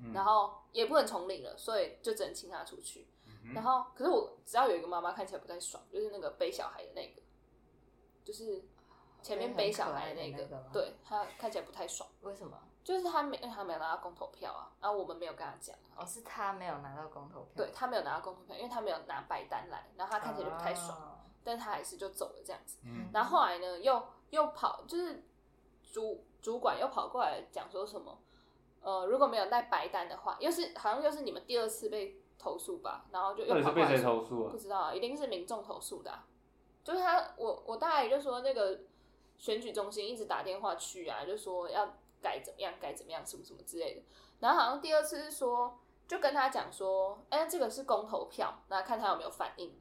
Speaker 1: 嗯
Speaker 3: 然后也不能重领了，所以就只能请他出去。
Speaker 1: 嗯
Speaker 3: 然后，可是我只要有一个妈妈看起来不太爽，就是那个背小孩的那个，就是前面背小孩的
Speaker 2: 很
Speaker 3: 那
Speaker 2: 可爱的那个吗
Speaker 3: 对她看起来不太爽，
Speaker 2: 为什么？
Speaker 3: 就是她没她没有拿到公投票啊，然后我们没有跟她讲啊，
Speaker 2: 哦，是他没有拿到公投票，
Speaker 3: 对，她没有拿到公投票，因为她没有拿白单来，然后她看起来就不太爽，
Speaker 2: 哦
Speaker 3: 但她还是就走了这样子。
Speaker 1: 嗯
Speaker 3: 然后后来呢，又又跑，就是主主管又跑过来讲说什么，呃，如果没有带白单的话，又是好像又是你们第二次被投诉吧，然后就又
Speaker 1: 到底
Speaker 3: 跑
Speaker 1: 是
Speaker 3: 过
Speaker 1: 被
Speaker 3: 来
Speaker 1: 谁
Speaker 3: 说
Speaker 1: 投诉啊
Speaker 3: 不？知道啊，一定是民众投诉的啊、就是他，我我大姨就说那个选举中心一直打电话去啊，就说要改怎么样，改怎么样，什么什么之类的。然后好像第二次是说，就跟他讲说，哎、这个是公投票，那看他有没有反应。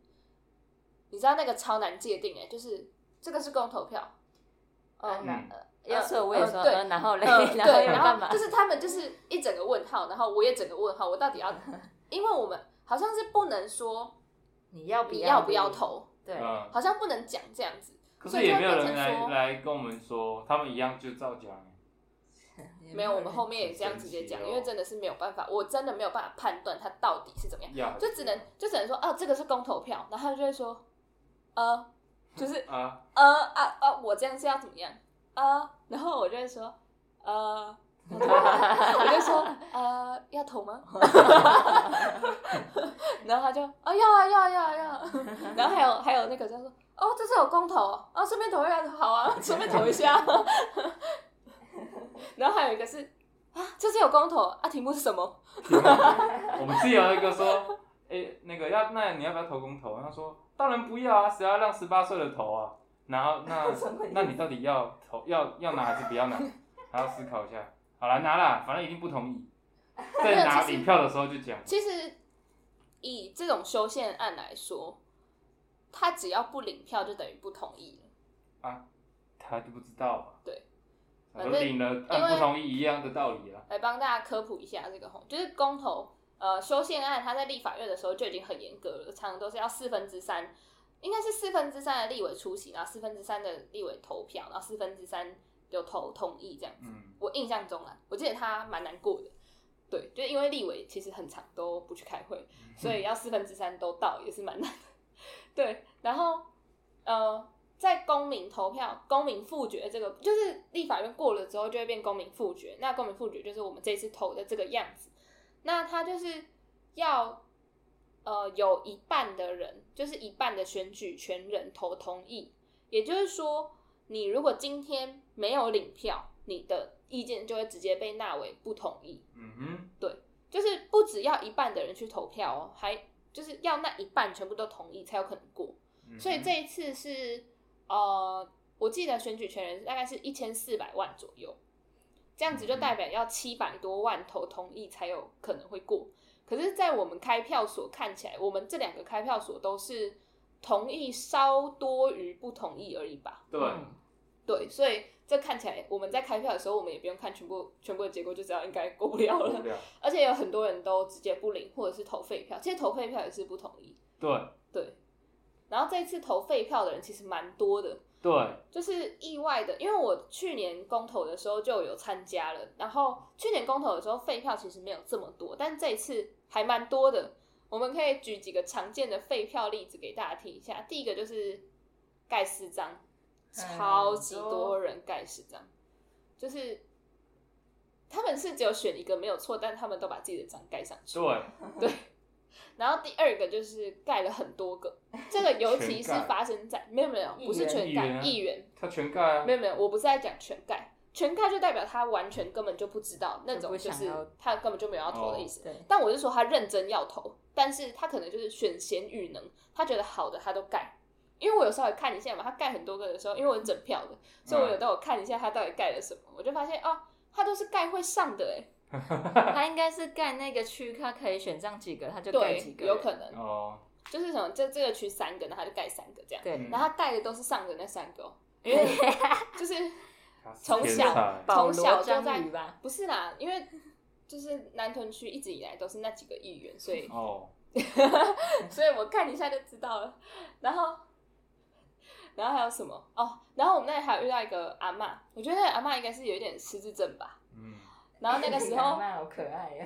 Speaker 3: 你知道那个超难界定哎、就是这个是公投票，呃
Speaker 1: 嗯
Speaker 2: 要是我也说，
Speaker 3: 呃对
Speaker 2: 呃然后嘞，
Speaker 3: 呃，
Speaker 2: (laughs) 然后
Speaker 3: (laughs) 对，
Speaker 2: 又
Speaker 3: 然
Speaker 2: 干
Speaker 3: 后
Speaker 2: 嘛？
Speaker 3: 就是他们就是一整个问号，然后我也整个问号，我到底要，因为我们好像是不能说
Speaker 2: 你要不
Speaker 3: 你
Speaker 2: 要
Speaker 3: 要不要
Speaker 2: 领？
Speaker 3: 投，
Speaker 2: 对，
Speaker 1: 嗯
Speaker 3: 好像不能讲这样子，
Speaker 1: 可
Speaker 3: 所
Speaker 1: 是
Speaker 3: 以
Speaker 1: 也
Speaker 3: 就
Speaker 1: 没有
Speaker 3: 变
Speaker 1: 人
Speaker 3: 成
Speaker 1: 来
Speaker 3: 说
Speaker 1: 来跟我们说，他们一样就照讲。
Speaker 3: 没有，我们
Speaker 2: (laughs)
Speaker 3: 后面也这样
Speaker 1: 很
Speaker 3: 直接
Speaker 1: 神
Speaker 3: 讲，
Speaker 1: 奇哦
Speaker 3: 因为真的是没有办法，我真的没有办法判断它到底是怎么样，
Speaker 1: 要
Speaker 3: 就只能就只能说，哦、这个是公投票，然后他就会说，呃，就是
Speaker 1: 啊，
Speaker 3: 呃啊啊，我这样是要怎么样啊？然后我就会说，呃，我就说，呃，要投吗？ (laughs) 然后他就，啊、要啊要啊要啊要啊， (laughs) 然后还有还有那个就说，哦，这次有公投哦，啊，顺便投一下，好啊，顺便投一下。 (laughs) 然后还有一个是啊，这次有公投啊，题目是什么？
Speaker 1: 我们自己有一个说，哎、那个要那你要不要投公投？他说当然不要啊，谁要让十八岁的投啊？然后那那你到底要投要要拿还是不要拿？还要思考一下。好了，拿啦，反正一定不同意。在拿领票的时候就讲，
Speaker 3: 其实以这种修宪案来说，他只要不领票，就等于不同意了。
Speaker 1: 他就不知道嘛。
Speaker 3: 对，
Speaker 1: 我
Speaker 3: 反
Speaker 1: 说
Speaker 3: 正
Speaker 1: 领了，
Speaker 3: 因
Speaker 1: 按
Speaker 3: 为
Speaker 1: 不同意一样的道理啊。
Speaker 3: 来帮大家科普一下这个吼，就是公投呃修宪案，它在立法院的时候就已经很严格了，常常都是要四分之三，应该是四分之三的立委出席，然后四分之三的立委投票，然后四分之三有投同意这样子。
Speaker 1: 嗯，
Speaker 3: 我印象中啊，我记得他蛮难过的。对，就因为立委其实很长都不去开会，所以要四分之三都到也是蛮难的。 (laughs) 对，然后呃，在公民投票、公民复决这个，就是立法院过了之后就会变公民复决。那公民复决就是我们这次投的这个样子。那他就是要呃有一半的人，就是一半的选举权人投同意，也就是说，你如果今天没有领票，你的意见就会直接被纳为不同意。
Speaker 1: 嗯哼，
Speaker 3: 就是不只要一半的人去投票哦，还就是要那一半全部都同意才有可能过。
Speaker 1: 嗯哼
Speaker 3: 所以这一次是呃，我记得选举权人大概是一千四百万左右，这样子就代表要七百多万投同意才有可能会过。可是，在我们开票所看起来，我们这两个开票所都是同意稍多于不同意而已吧？
Speaker 1: 对，
Speaker 2: 嗯
Speaker 3: 对，所以这看起来我们在开票的时候，我们也不用看全部全部的结果，就知道应该过不了
Speaker 1: 受
Speaker 3: 了
Speaker 1: 不。了
Speaker 3: 而且有很多人都直接不领，或者是投废票。其实投废票也是不同意，
Speaker 1: 对
Speaker 3: 对。然后这次投废票的人其实蛮多的，
Speaker 1: 对，
Speaker 3: 就是意外的，因为我去年公投的时候就有参加了，然后去年公投的时候废票其实没有这么多，但这一次还蛮多的。我们可以举几个常见的废票例子给大家听一下。第一个就是盖四张，超级多人盖四张，就是他们是只有选一个没有错，但他们都把自己的章盖上去。
Speaker 1: 对，
Speaker 3: 然后第二个就是盖了很多个，这个尤其是
Speaker 1: 全盖
Speaker 3: 发生在没有没有
Speaker 2: 议员
Speaker 3: 不是全
Speaker 1: 议员
Speaker 3: 盖
Speaker 1: 啊
Speaker 3: 议员，
Speaker 1: 他全盖啊
Speaker 3: 没。有没有，我不是在讲全盖，全盖就代表他完全根本就不知道那
Speaker 2: 就
Speaker 3: 种
Speaker 2: 不
Speaker 3: 就
Speaker 2: 想
Speaker 3: 是
Speaker 2: 要
Speaker 3: 他根本就没有要投的意思。
Speaker 2: 对，
Speaker 3: 但我是说他认真要投，但是他可能就是选贤与能，他觉得好的他都盖。因为我有稍微看一下嘛，他盖很多个的时候，因为我是整票的，所以我有都有看一下他到底盖了什么，我就发现哦，他都是盖会上的哎、
Speaker 2: 他应该是盖那个区，他可以选上几个，他就盖几个
Speaker 3: 对，
Speaker 2: 人，
Speaker 3: 有可能
Speaker 1: 哦，
Speaker 3: 就是什么这这个区三个，然后他就盖三个这样，
Speaker 1: 嗯
Speaker 2: 对，
Speaker 3: 然后他盖的都是上的那三个、哦，
Speaker 2: (laughs)
Speaker 3: 因为就是
Speaker 1: 他是
Speaker 3: 从
Speaker 1: 天
Speaker 3: 小
Speaker 1: 才
Speaker 2: 保
Speaker 3: 从小
Speaker 2: 罗
Speaker 3: 就在
Speaker 2: 章鱼吧，
Speaker 3: 不是啦，因为就是南屯区一直以来都是那几个议员，所以
Speaker 1: 哦，
Speaker 3: (laughs) 所以我看一下就知道了。然后， (laughs) 然后还有什么？哦，然后我们那里还有遇到一个阿嬷，我觉得那个阿嬷应该是有一点失智症吧。
Speaker 1: 嗯，
Speaker 3: 然后那个
Speaker 2: (laughs)
Speaker 3: 时候，
Speaker 2: 好可爱呀，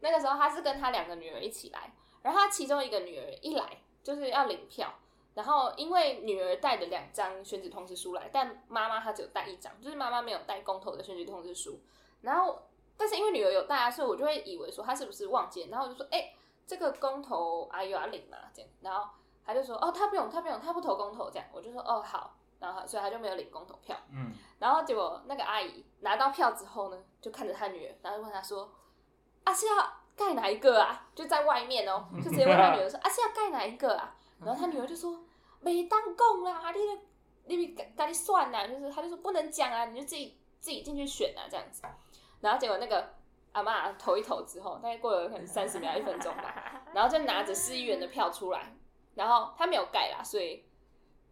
Speaker 3: 那个时候她是跟她两个女儿一起来，然后她其中一个女儿一来就是要领票，然后因为女儿带的两张选举通知书来，但妈妈她只有带一张，就是妈妈没有带公投的选举通知书。然后，但是因为女儿有带啊，所以我就会以为说她是不是忘记了，然后我就说，哎、这个公投阿姨有要领嘛，这样，然后她就说，哦，她不用，她不用，她不投公投这样，我就说，哦，好，然后她所以她就没有领公投票。
Speaker 1: 嗯，
Speaker 3: 然后结果那个阿姨拿到票之后呢，就看着她女儿，然后就问她说：“啊是要盖哪一个啊？”就在外面哦，就直接问她女儿说：“ (laughs) 啊是要盖哪一个啊？”然后她女儿就说：“没当供啦，你就你咪赶赶紧算啦，就是她就说不能讲啊，你就自己自己进去选啊这样子。”然后结果那个阿嬷投一投之后，大概过了可能三十秒一分钟吧，然后就拿着市议员的票出来，然后他没有盖啦，所以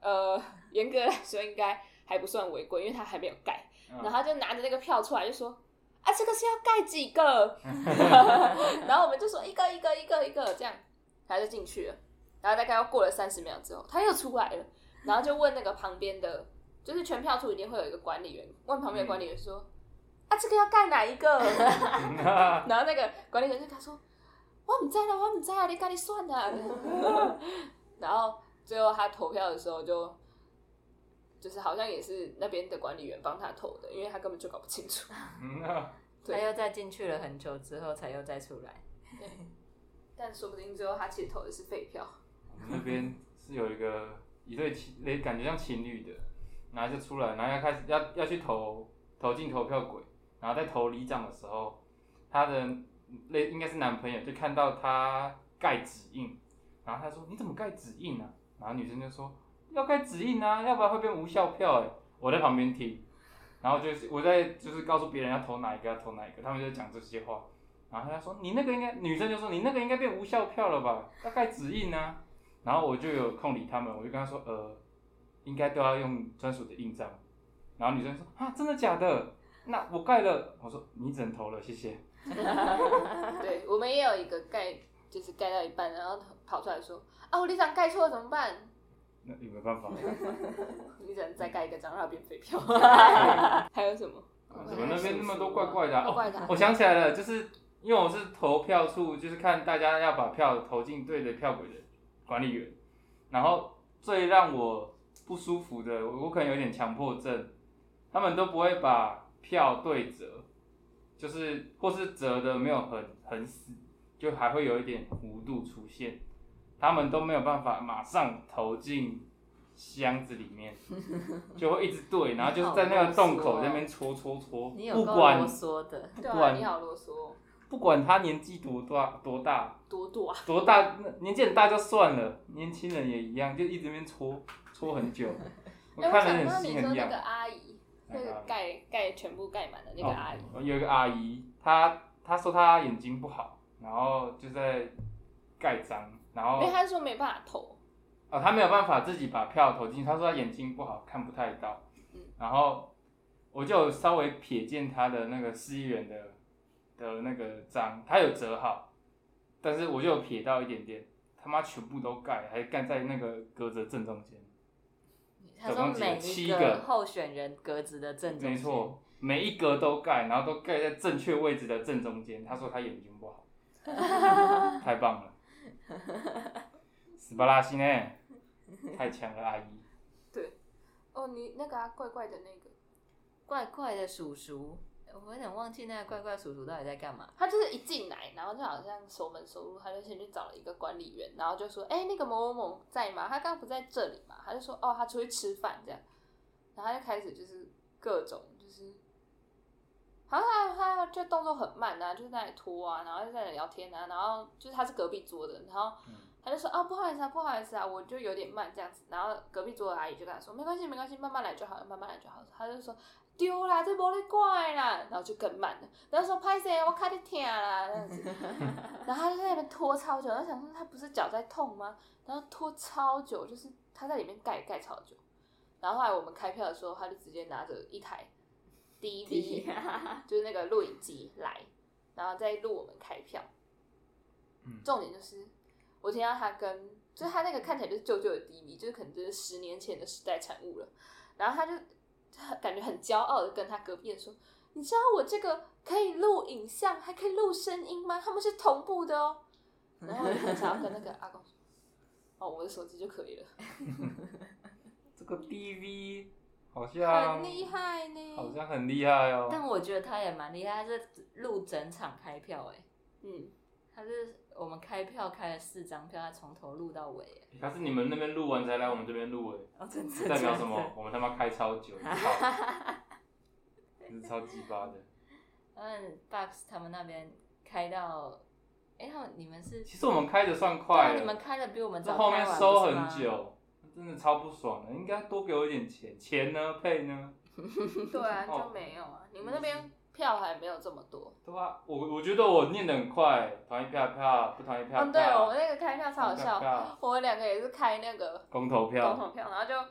Speaker 3: 呃，严格来说应该还不算违规，因为他还没有盖。
Speaker 1: 嗯
Speaker 3: 然后他就拿着那个票出来，就说：“啊，这个是要盖几个？”然后我们就说一个一个一个一个这样，他就进去了。然后大概又过了三十秒之后，他又出来了，然后就问那个旁边的，就是全票处一定会有一个管理员，问旁边的管理员说：“啊，这个要盖哪一个？”
Speaker 1: 嗯啊
Speaker 3: 然后那个管理员就跟他说：“我唔知啦，我唔知啊，你赶紧算啦。” (laughs) 然后最后他投票的时候就，就是好像也是那边的管理员帮他投的，因为他根本就搞不清楚。 (laughs)
Speaker 1: 嗯啊
Speaker 3: 对
Speaker 2: 他又再进去了很久之后才又再出来，
Speaker 3: 但说不定最后他其实投的是废票。
Speaker 1: 我们那边是有一个一对情，类感觉像情侣的，然后就出来，然后要开始要要去投投进投票轨，然后在投里长的时候，她的类应该是男朋友就看到她盖指印，然后他说你怎么盖指印啊？欸然后女生就说要盖指印啊，要不然会变无效票哎、我在旁边听，然后就是我在就是告诉别人要投哪一个，要投哪一个，他们就讲这些话。然后他说你那个应该，女生就说你那个应该变无效票了吧，大概指印啊。然后我就有空理他们，我就跟他说呃，应该都要用专属的印章。然后女生说啊，真的假的？那我盖了。我说你只能投了，谢谢。
Speaker 3: 对，我们也有一个盖，就是盖到一半，然后跑出来说啊，我里长盖错了怎么办？
Speaker 1: 那也没办法， (laughs)
Speaker 3: 你只能再盖一个章，让它变废票。 (laughs) 还有什么？
Speaker 1: 啊怎么那边那么多怪怪的、啊？
Speaker 3: 怪怪的啊
Speaker 1: 哦我想起来了，就是因为我是投票处，就是看大家要把票投进对的票轨的管理员。然后最让我不舒服的，我我可能有点强迫症，他们都不会把票对折，就是或是折的没有很很死，就还会有一点弧度出现，他们都没有办法马上投进箱子里
Speaker 2: (laughs)
Speaker 1: 面，就会一直对，然后就在那个洞口在那边戳戳戳，
Speaker 2: 哦你有
Speaker 1: 不
Speaker 2: 够啰
Speaker 1: 管
Speaker 2: 嗦的，
Speaker 3: 对
Speaker 1: 不
Speaker 3: 啊，
Speaker 1: 管
Speaker 3: 你好啰嗦哦，
Speaker 1: 不管他年纪多大多大
Speaker 3: 多多啊，
Speaker 1: 多大，年纪很大就算了，年轻人也一样，就一直在那边戳戳很久，我
Speaker 3: 哎，
Speaker 1: 看
Speaker 3: 我
Speaker 1: 得
Speaker 3: 想
Speaker 1: 很
Speaker 3: 到
Speaker 1: 心
Speaker 3: 你说
Speaker 1: 很
Speaker 3: 那
Speaker 1: 痒
Speaker 3: 个。阿姨，那个盖盖全部盖满的那个阿姨，
Speaker 1: 哦有一个阿姨，她她说她眼睛不好，然后就在盖章，然后
Speaker 3: 因为她说没办法投，
Speaker 1: 啊，他没有办法自己把票投进去，他说他眼睛不好，看不太到。
Speaker 3: 嗯
Speaker 1: 然后我就有稍微瞥见他的那个市议员的的那个章，他有折好，但是我就有瞥到一点点，他妈全部都盖，还盖在那个格子正中间。
Speaker 2: 他说每一
Speaker 1: 总共有七个
Speaker 2: 候选人格子的正中间
Speaker 1: 没错，每一格都盖，然后都盖在正确位置的正中间。他说他眼睛不
Speaker 2: (laughs)
Speaker 1: 好，太棒了，斯巴拉西呢，太强了，阿姨。
Speaker 3: 哦，你那个啊，怪怪的那个，
Speaker 2: 怪怪的叔叔，我有点忘记那个怪怪叔叔到底在干 (laughs) 嘛。
Speaker 3: 他就是一进来，然后就好像熟门熟路，他就先去找了一个管理员，然后就说：“哎、那个某某某在吗？他刚刚不在这里嘛？”他就说：“哦，他出去吃饭这样。”然后他就开始就是各种就是，好像他就动作很慢啊，就是在那里拖啊，然后就在那里聊天啊，然后就是他是隔壁桌的，然后
Speaker 1: 嗯
Speaker 3: 他就说：“啊，不好意思啊，不好意思啊，我就有点慢这样子。”然后隔壁桌的阿姨就跟他说：“没关系，没关系，慢慢来就好了，慢慢来就好了。”他就说：“丢啦，这玻璃怪啦。”然后就更慢了。然后说拍谁，啊我卡的疼啦，这样子。然后他就在那边拖超久，然后想说他不是脚在痛吗？然后拖超久，就是他在里面盖盖超久。然后后来我们开票的时候，他就直接拿着一台 DV，就是那个录影机来，然后再录我们开票。
Speaker 1: 嗯
Speaker 3: 重点就是我听到他跟，就是他那个看起来就是旧旧的 DV，就是可能就是十年前的时代产物了。然后他就很感觉很骄傲的跟他隔壁人说：“你知道我这个可以录影像，还可以录声音吗？他们是同步的哦。”然后我就很想要跟那个阿公说：“哦，我的手机就可以了，
Speaker 1: 这个 DV 好像
Speaker 3: 很厉害呢。”
Speaker 1: 好像很厉害哦。
Speaker 2: 但我觉得他也蛮厉害，他是录整场开票、欸，哎，
Speaker 3: 嗯，他
Speaker 2: 他是我们开票开了四张票，他从头录到尾、欸，
Speaker 1: 他是你们那边录完才来我们这边录诶，
Speaker 2: 哦，真
Speaker 1: 这
Speaker 2: 的
Speaker 1: 代表什么？？我们他妈开超久，操真是超鸡巴的。
Speaker 2: 嗯，Box 他们那边开到，哎、他们你们是
Speaker 1: 其实我们开的算
Speaker 2: 对啊
Speaker 1: 快
Speaker 2: 你们
Speaker 1: 了，
Speaker 2: 开的比我们
Speaker 1: 这
Speaker 2: 早
Speaker 1: 后面
Speaker 2: 开完
Speaker 1: 收
Speaker 2: 不是吗
Speaker 1: 很，久，真的超不爽的。应该多给我一点钱，钱呢配呢？
Speaker 3: 对啊，
Speaker 1: 哦
Speaker 3: 就没有啊。你们那边票还没有这么多。
Speaker 1: 对吧？我我觉得我念的很快，同意票票，不同意票票。
Speaker 3: 嗯，对，我们那个开票超好
Speaker 1: 同意
Speaker 3: 笑，
Speaker 1: 票，
Speaker 3: 我们两个也是开那个
Speaker 1: 公投
Speaker 3: 总
Speaker 1: 票，
Speaker 3: 统票，然后就直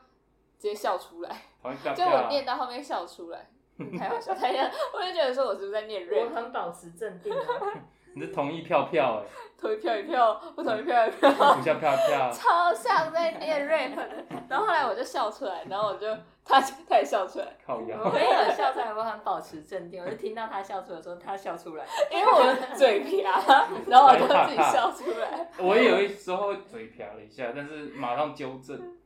Speaker 3: 接笑出来，
Speaker 1: 同意票
Speaker 3: 就我
Speaker 1: 票。
Speaker 3: 念到后面笑出
Speaker 1: (laughs)
Speaker 3: 来，太好笑，太像，我就觉得说我是不是在念 rap，
Speaker 2: 很保持镇定啊，
Speaker 1: 你是同意票票
Speaker 3: 投一票一票，不投一票一
Speaker 1: (laughs)
Speaker 3: 票。
Speaker 1: 哎，不像票票。
Speaker 3: 超像在念 rap 的。然后后来我就笑出来，然后我就他他也笑出来，
Speaker 1: 靠腰，
Speaker 2: (laughs) 我也有笑出来，我很保持镇定，我就听到他笑出来的时候，他笑出来，
Speaker 3: 因为我的嘴瓢，啊
Speaker 1: (laughs)
Speaker 3: 然后我就自己笑出来。
Speaker 1: 我也有一时候嘴瓢了一下，但是马上纠正。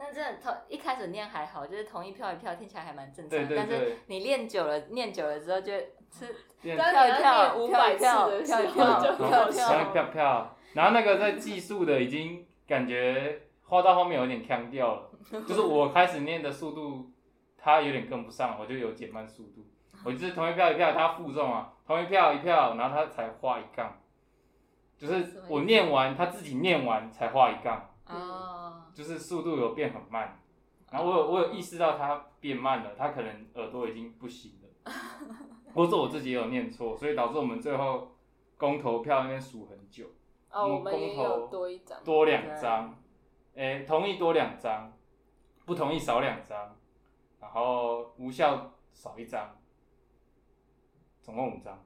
Speaker 2: 那真的同一开始念还好，就是同一票一票听起来还蛮正常，
Speaker 1: 对对
Speaker 2: 嗯但是
Speaker 1: 对，
Speaker 2: 你练久了，念久了之后就是
Speaker 1: 变
Speaker 3: 当
Speaker 2: 跳
Speaker 3: 你
Speaker 2: 一
Speaker 3: 要
Speaker 2: 跳
Speaker 3: 念五百次
Speaker 2: 跳
Speaker 3: 的
Speaker 2: 一
Speaker 3: 时
Speaker 2: 跳
Speaker 3: 候，
Speaker 2: 跳一跳
Speaker 3: 就
Speaker 1: (laughs)
Speaker 3: 很
Speaker 1: 然
Speaker 3: 好
Speaker 1: 后
Speaker 3: 笑。
Speaker 1: 飘飘，然后那个在技术的已经感觉画到后面有点腔掉了，就是我开始念的速度，他有点跟不上，我就有减慢速度。我就是同一票一票，他负重啊，同一票一票，然后他才画一杠，就是我念完他自己念完才画一杠，
Speaker 2: 哦，
Speaker 1: 就是速度有变很慢。然后我有我有意识到他变慢了，他可能耳朵已经不行
Speaker 2: (laughs)
Speaker 1: 了，或者我自己有念错，所以导致我们最后公投票那边数很久，
Speaker 3: 哦，
Speaker 1: 嗯
Speaker 3: 我们也
Speaker 1: 公投
Speaker 3: 有多一
Speaker 2: 哦
Speaker 3: 张，
Speaker 1: 多两张，诶、同意多两张，不同意少两张，然后无效少一张，总共五张，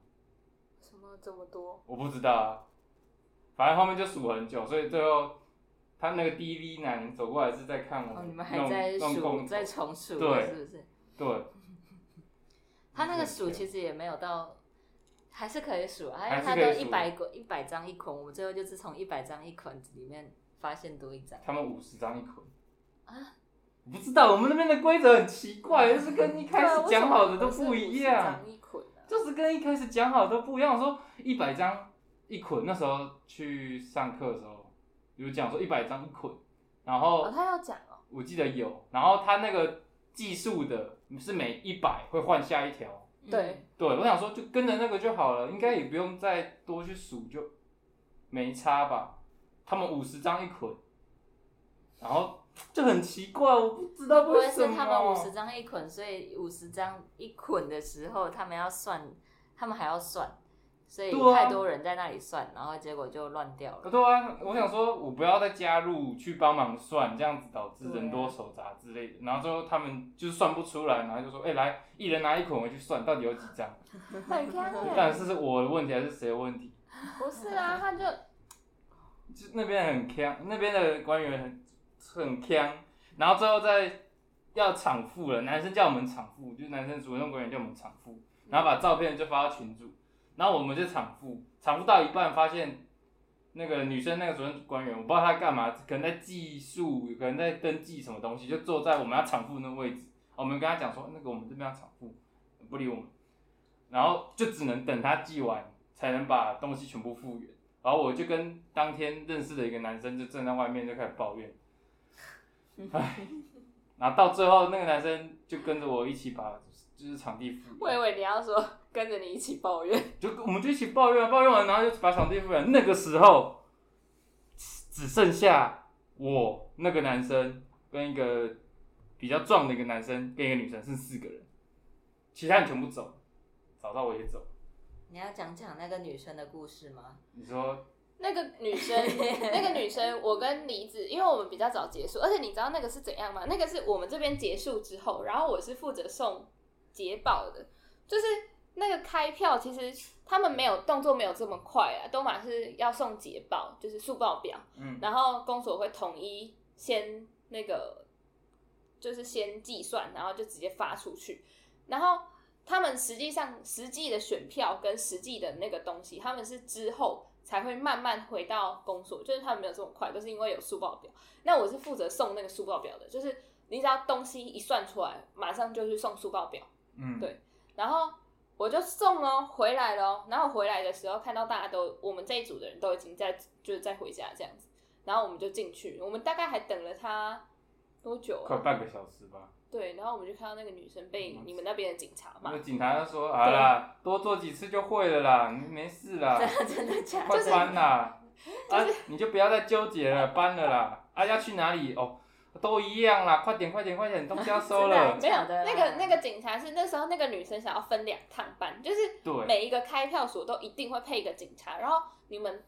Speaker 3: 什么这么多？
Speaker 1: 我不知道啊，反正后面就数很久，所以最后他那个 DV 男走过来是在看我
Speaker 2: 哦，
Speaker 1: 们弄、
Speaker 2: 你们还在
Speaker 1: 弄
Speaker 2: 数，
Speaker 1: 公
Speaker 2: 在
Speaker 1: 投
Speaker 2: 重数，
Speaker 1: 对
Speaker 2: 是不是？
Speaker 1: 对。
Speaker 3: (laughs)
Speaker 2: 他那个数
Speaker 1: 对
Speaker 2: 其实也没有到，还是可以数啊，因
Speaker 1: 还
Speaker 2: 为
Speaker 1: 是
Speaker 2: 他
Speaker 1: 可以
Speaker 2: 都
Speaker 1: 数
Speaker 2: 一百捆，一百张一捆，我们最后就是从一百张一捆里面发现多一张。
Speaker 1: 他们五十张一捆
Speaker 2: 啊
Speaker 1: 我不知道我们那边的规则很奇
Speaker 3: (laughs)
Speaker 1: 怪，就是跟一
Speaker 3: 对
Speaker 1: 开
Speaker 3: 啊
Speaker 1: 始讲好的都不一样，
Speaker 3: 为什么我是50张一捆啊
Speaker 1: 就是跟一开始讲好的都不一样。我说一百张一捆，那时候去上课的时候有讲说一百张一捆，然后
Speaker 3: 哦，他要讲哦，
Speaker 1: 我记得有，然后他那个计数的是每一百会换下一条，
Speaker 3: 对
Speaker 1: 对我想说就跟着那个就好了，应该也不用再多去数，就没差吧。他们五十张一捆，然后就很奇怪，我不知道
Speaker 2: 不会
Speaker 1: 为什
Speaker 2: 是
Speaker 1: 么
Speaker 2: 他们五十张一捆，所以五十张一捆的时候，他们要算，他们还要算，所以
Speaker 1: 对啊
Speaker 2: 太多人在那里算，然后结果就乱掉了。
Speaker 1: 对啊，我想说，我不要再加入去帮忙算，这样子导致人多手杂之类的。然后最后他们就算不出来，然后就说：“哎、来，一人拿一捆回去算，到底有几张？”
Speaker 3: 很干
Speaker 1: 但
Speaker 3: 耶，
Speaker 1: 是是我的问题还是谁的问题？
Speaker 3: 不是啊，他就
Speaker 1: 就那边很呛，那边的官员很很呛，然后最后再要偿付了，男生叫我们偿付，就是男生主任官员叫我们偿付，然后把照片就发到群组，然后我们就偿付，偿付到一半发现那个女生那个主任官员，我不知道她干嘛，可能在计数，可能在登记什么东西，就坐在我们要偿付那个位置，我们跟她讲说那个我们这边要偿付，不理我们，然后就只能等她寄完才能把东西全部复原。然后我就跟当天认识的一个男生就站在外面就开始抱怨，唉，然后到最后那个男生就跟着我一起把就是场地复
Speaker 3: 我以
Speaker 1: 原，
Speaker 3: 为你要说跟着你一起抱怨，
Speaker 1: 就我们就一起抱怨，抱怨完然后就把场地复原。那个时候只剩下我那个男生跟一个比较壮的一个男生跟一个女生是四个人，其他人全部走，找到我也走。
Speaker 2: 你要讲讲那个女生的故事吗？
Speaker 1: 你说
Speaker 3: 那个女生，那个女生，我跟梨子，因为我们比较早结束，而且你知道那个是怎样吗？那个是我们这边结束之后，然后我是负责送捷报的，就是那个开票，其实他们没有动作没有这么快啊，都马是要送捷报，就是速报表，
Speaker 1: 嗯
Speaker 3: 然后公所会统一先那个，就是先计算，然后就直接发出去。然后他们实际上实际的选票跟实际的那个东西，他们是之后才会慢慢回到公所，就是他们没有这么快，都是因为有速报表。那我是负责送那个速报表的，就是你只要东西一算出来，马上就去送速报表。
Speaker 1: 嗯
Speaker 3: 对然后我就送了回来了哦，然后回来的时候看到大家都，我们这一组的人都已经在就是在回家这样子，然后我们就进去，我们大概还等了他多久
Speaker 1: 快
Speaker 3: 啊？
Speaker 1: 半个小时吧。
Speaker 3: 对，然后我们就看到那个女生被
Speaker 1: 嗯
Speaker 3: 你们那边的警察骂
Speaker 1: 那，警察就说：“好啦，多做几次就会了啦，你没事
Speaker 2: (laughs)
Speaker 1: 啦，
Speaker 2: 真的假
Speaker 1: 啊快
Speaker 2: 的？
Speaker 1: 搬啦，啊，你就不要再纠结了，搬了啦，啊，要去哪里哦，都一样啦，快点快点快点，东西要收了
Speaker 2: 真，
Speaker 3: 没有
Speaker 2: 假的啦
Speaker 3: 那个那个警察是那时候那个女生想要分两趟班，就是
Speaker 1: 对，
Speaker 3: 啊每一个开票所都一定会配一个警察，然后你们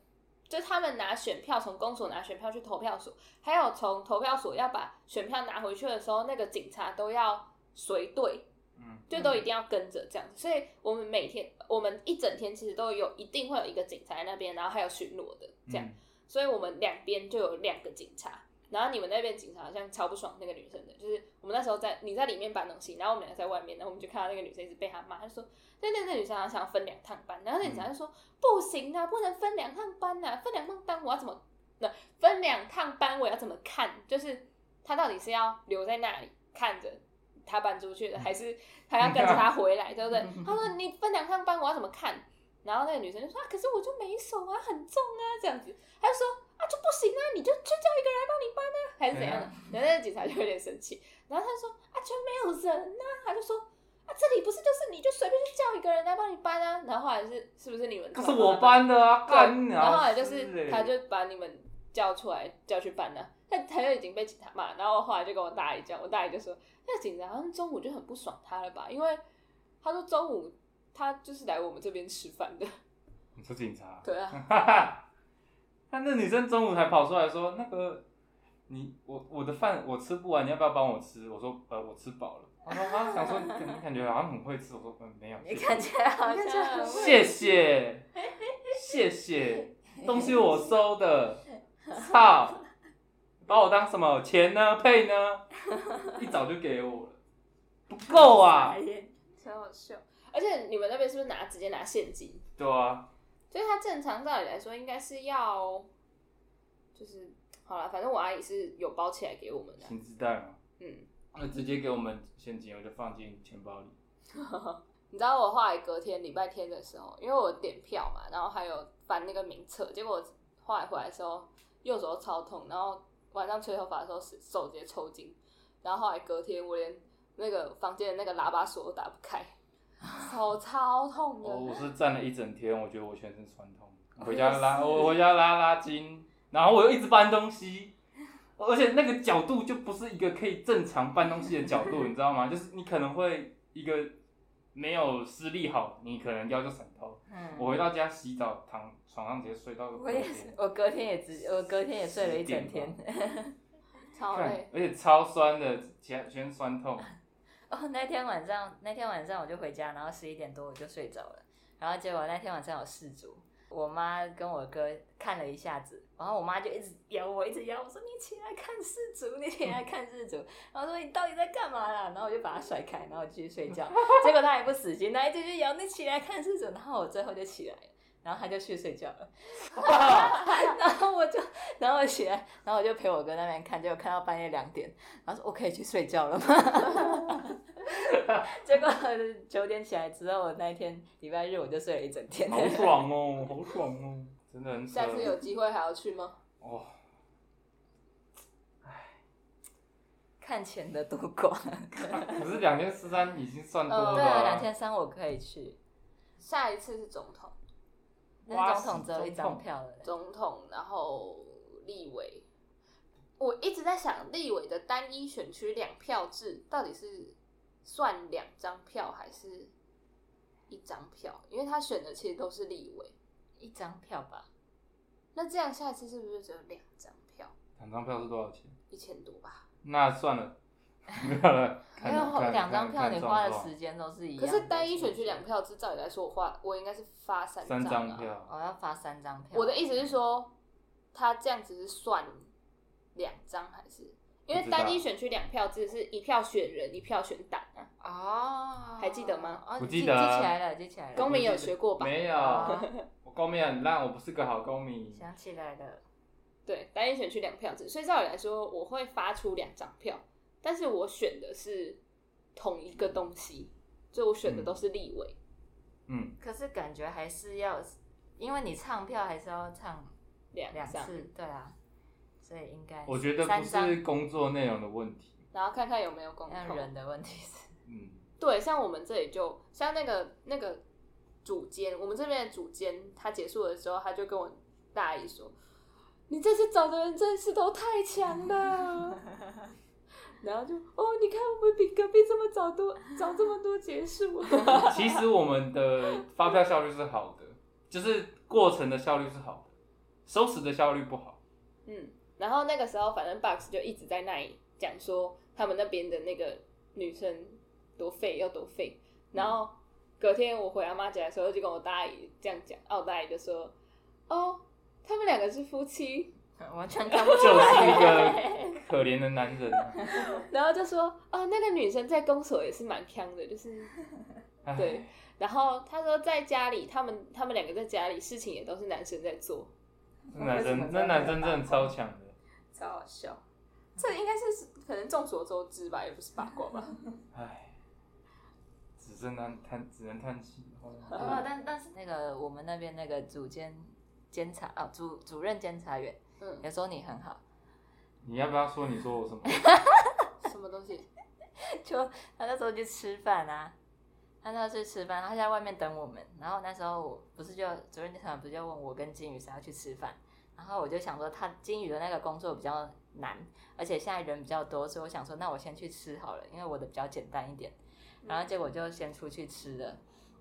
Speaker 3: 就他们拿选票从公所拿选票去投票所，还有从投票所要把选票拿回去的时候，那个警察都要随队，
Speaker 1: 嗯，
Speaker 3: 就都一定要跟着这样子。所以我们每天我们一整天其实都有一定会有一个警察在那边，然后还有巡逻的这样，
Speaker 1: 嗯
Speaker 3: 所以我们两边就有两个警察。然后你们那边警察好像超不爽那个女生的，就是我们那时候在你在里面搬东西，然后我们俩在外面，然后我们就看到那个女生一直被他骂，他就说那那那女生好像想要分两趟班，然后那警察就说、不行啊，不能分两趟班呐、分两趟班我要怎么那分两趟班我要怎么看？就是他到底是要留在那里看着他搬出去的，还是他要跟着他回来，对不对？他说你分两趟班我要怎么看？然后那个女生就说啊，可是我就没手啊，很重啊，这样子。他就说啊，就不行啊，你就就叫一个人来帮你搬啊，还是怎样的？然后那个警察就有点生气，然后他就说啊，就没有人呐、他就说啊，这里不是就是你就随便去叫一个人来帮你搬啊。然后后来是是不是你们？
Speaker 1: 可是我搬的啊，
Speaker 3: 对
Speaker 1: 干你
Speaker 3: 然后后
Speaker 1: 啊，
Speaker 3: 来就是他就把你们叫出来叫去办呢、他他就已经被警察骂，然后我后来就跟我大姨讲，我大姨就说，那警察好像中午就很不爽他了吧，因为他说中午他就是来我们这边吃饭的，
Speaker 1: 你说警察？
Speaker 3: 对啊，
Speaker 1: 哈哈，那那女生中午还跑出来说，那个你我我的饭我吃不完，你要不要帮我吃？我说呃我吃饱了。我说啊，想说你你感觉好像很会吃，我说嗯没有，
Speaker 2: 你感觉好
Speaker 4: 你看这
Speaker 2: 像
Speaker 4: 很
Speaker 1: 谢谢谢谢，东西我收的，操，把我当什么钱呢配呢？一早就给我了，不够啊，
Speaker 3: 超好笑。而且你们那边是不是拿直接拿现金？
Speaker 1: 对啊，
Speaker 3: 就是他正常道理来说应该是要，就是好了，反正我阿姨是有包起来给我们的，
Speaker 1: 薪资袋嘛，
Speaker 3: 嗯。
Speaker 1: 那直接给我们现金，我就放进钱包里。
Speaker 3: 你知道我后来隔天礼拜天的时候，因为我点票嘛，然后还有翻那个名册，结果我后来回来的时候右手超痛，然后晚上吹头发的时候手手直接抽筋，然后后来隔天我连那个房间的那个喇叭锁都打不开，手超痛的。
Speaker 1: 我我是站了一整天，我觉得我全身酸痛，
Speaker 2: 哦
Speaker 1: 回家拉我回家拉拉筋，然后我又一直搬东西，而且那个角度就不是一个可以正常搬东西的角度，你知道吗？就是你可能会一个没有施力好，你可能腰就闪到。
Speaker 2: 嗯，
Speaker 1: 我回到家洗澡，躺床上直接睡到
Speaker 2: 我也是，我隔天也直，我隔天也睡了一整天。
Speaker 3: 超
Speaker 1: 看
Speaker 3: 累，
Speaker 1: 而且超酸的，全全酸
Speaker 2: (laughs)
Speaker 1: 痛。
Speaker 2: (laughs) 哦，那天晚上，那天晚上我就回家，然后十一点多我就睡着了。然后结果那天晚上有事足，我妈跟我哥看了一下子，然后我妈就一直摇我，一直摇我说：“你起来看事足，你起来看事足。”然后说：“你到底在干嘛啦？”然后我就把她甩开，然后我继续睡
Speaker 1: (laughs)
Speaker 2: 觉。结果她还不死心，她一直就摇你起来看事足，然后我最后就起来了。然后她就去睡觉
Speaker 1: (laughs)
Speaker 2: 了，然后我就，然后我起来，然后我就陪我哥那边看，结果看到半夜两点，然后说我可以去睡觉了吗？
Speaker 1: (laughs)
Speaker 2: 结果九点起来之后，我那一天礼拜日我就睡了一整天。
Speaker 1: 好爽哦，好爽哦，真的很
Speaker 3: 下
Speaker 1: 爽。
Speaker 3: 次有机会还要去吗？
Speaker 1: 哦，
Speaker 2: 看钱的度过。
Speaker 1: 啊可是两千四三已经算多了吧？
Speaker 3: 嗯
Speaker 2: 对啊，两千三我可以去，
Speaker 3: 下一次是总统，
Speaker 1: 哇
Speaker 2: 但是总统只有一张票了。
Speaker 3: 总统，然后立委。我一直在想，立委的单一选区两票制到底是算两张票还是一张票？因为他选的其实都是立委，
Speaker 2: 一张票吧，
Speaker 3: 那这样下一次是不是只有两张票？
Speaker 1: 两张票是多少钱？
Speaker 3: 一千多吧？
Speaker 1: 那算了， (laughs) 没有了。看
Speaker 2: 因为
Speaker 1: 看
Speaker 2: 两张票
Speaker 1: 看
Speaker 2: 你
Speaker 1: 看
Speaker 2: 花的
Speaker 1: 状况
Speaker 2: 时间都是一样的。
Speaker 3: 可是单一选区两票制，照理来说，我花我应该是发三
Speaker 1: 三
Speaker 3: 张
Speaker 1: 张
Speaker 3: 啊。
Speaker 1: 票，
Speaker 2: 我要发三张票。
Speaker 3: 我的意思是说，他这样子是算两张还是？因为
Speaker 1: 不知道
Speaker 3: 单一选区两票制是一票选人，一票选党啊。
Speaker 2: 哦，
Speaker 3: 还记得吗？
Speaker 2: 哦，
Speaker 1: 不
Speaker 2: 记
Speaker 1: 记得啊
Speaker 2: 记起来了，记起来
Speaker 3: 公
Speaker 2: 了。
Speaker 3: 民有学过吧？
Speaker 1: 没有，
Speaker 2: 哦
Speaker 1: 我公民很烂，我不是个好公民。
Speaker 2: 想起来了，
Speaker 3: 对，单一选区两票制，所以照理来说，我会发出两张票，但是我选的是同一个东西，所以我选的都是立委。
Speaker 1: 嗯，
Speaker 2: 可是感觉还是要，因为你唱票还是要唱
Speaker 3: 两
Speaker 2: 两
Speaker 3: 张，
Speaker 2: 次，对啊，所以应该
Speaker 1: 我觉得
Speaker 2: 三
Speaker 1: 不
Speaker 2: 张
Speaker 1: 是工作内容的问题。
Speaker 3: 然后看看有没有共
Speaker 2: 那
Speaker 3: 同。
Speaker 2: 人的问题是， (laughs)
Speaker 1: 嗯，
Speaker 3: 对，像我们这里就像那个那个主监，我们这边的主监，他结束的时候，他就跟我大姨说：“你这次找的人真是都太强了。” (laughs) 然后就哦，你看我们比隔壁这么早多，早这么多结束。
Speaker 1: 其实我们的发票效率是好的，就是过程的效率是好的，收拾的效率不
Speaker 2: (laughs)
Speaker 1: 好。
Speaker 3: 嗯，然后那个时候，反正 Box 就一直在那里讲说他们那边的那个女生多废，要多废。然后隔天我回阿妈家的时候，就跟我大姨这样讲，然后我大姨就说：“哦，他们两个是夫妻。 (laughs)
Speaker 2: 完全看不
Speaker 1: 就
Speaker 2: 出
Speaker 1: 是一
Speaker 2: 来。
Speaker 1: 个可怜的男人、啊。” (laughs)
Speaker 3: 然后就说：“哦，那个女生在公所也是蛮强的，就是 (laughs)
Speaker 1: 唉
Speaker 3: 对，。”然后他说在家里，他们他们两个在家里事情也都是男生在做。
Speaker 1: 这男生，这男生真的超强的。
Speaker 3: 超好笑。这应该是可能众所周知吧，也不是八卦吧。
Speaker 1: 唉，只剩叹叹，只能叹息。
Speaker 2: (laughs) 没有，哦但但是那个我们那边那个主监监察啊，主主任监察员
Speaker 3: 嗯，
Speaker 2: 也说你很好，
Speaker 1: 你要不要说你说
Speaker 2: (laughs)
Speaker 1: 我什么？
Speaker 3: 什么东西？
Speaker 2: 就他那时候去吃饭啊，他那时候去吃饭，他在外面等我们，然后那时候我不是就主任监察员不是就问我跟金宇谁要去吃饭，然后我就想说，他金鱼的那个工作比较难，而且现在人比较多，所以我想说，那我先去吃好了，因为我的比较简单一点。然后结果就先出去吃了，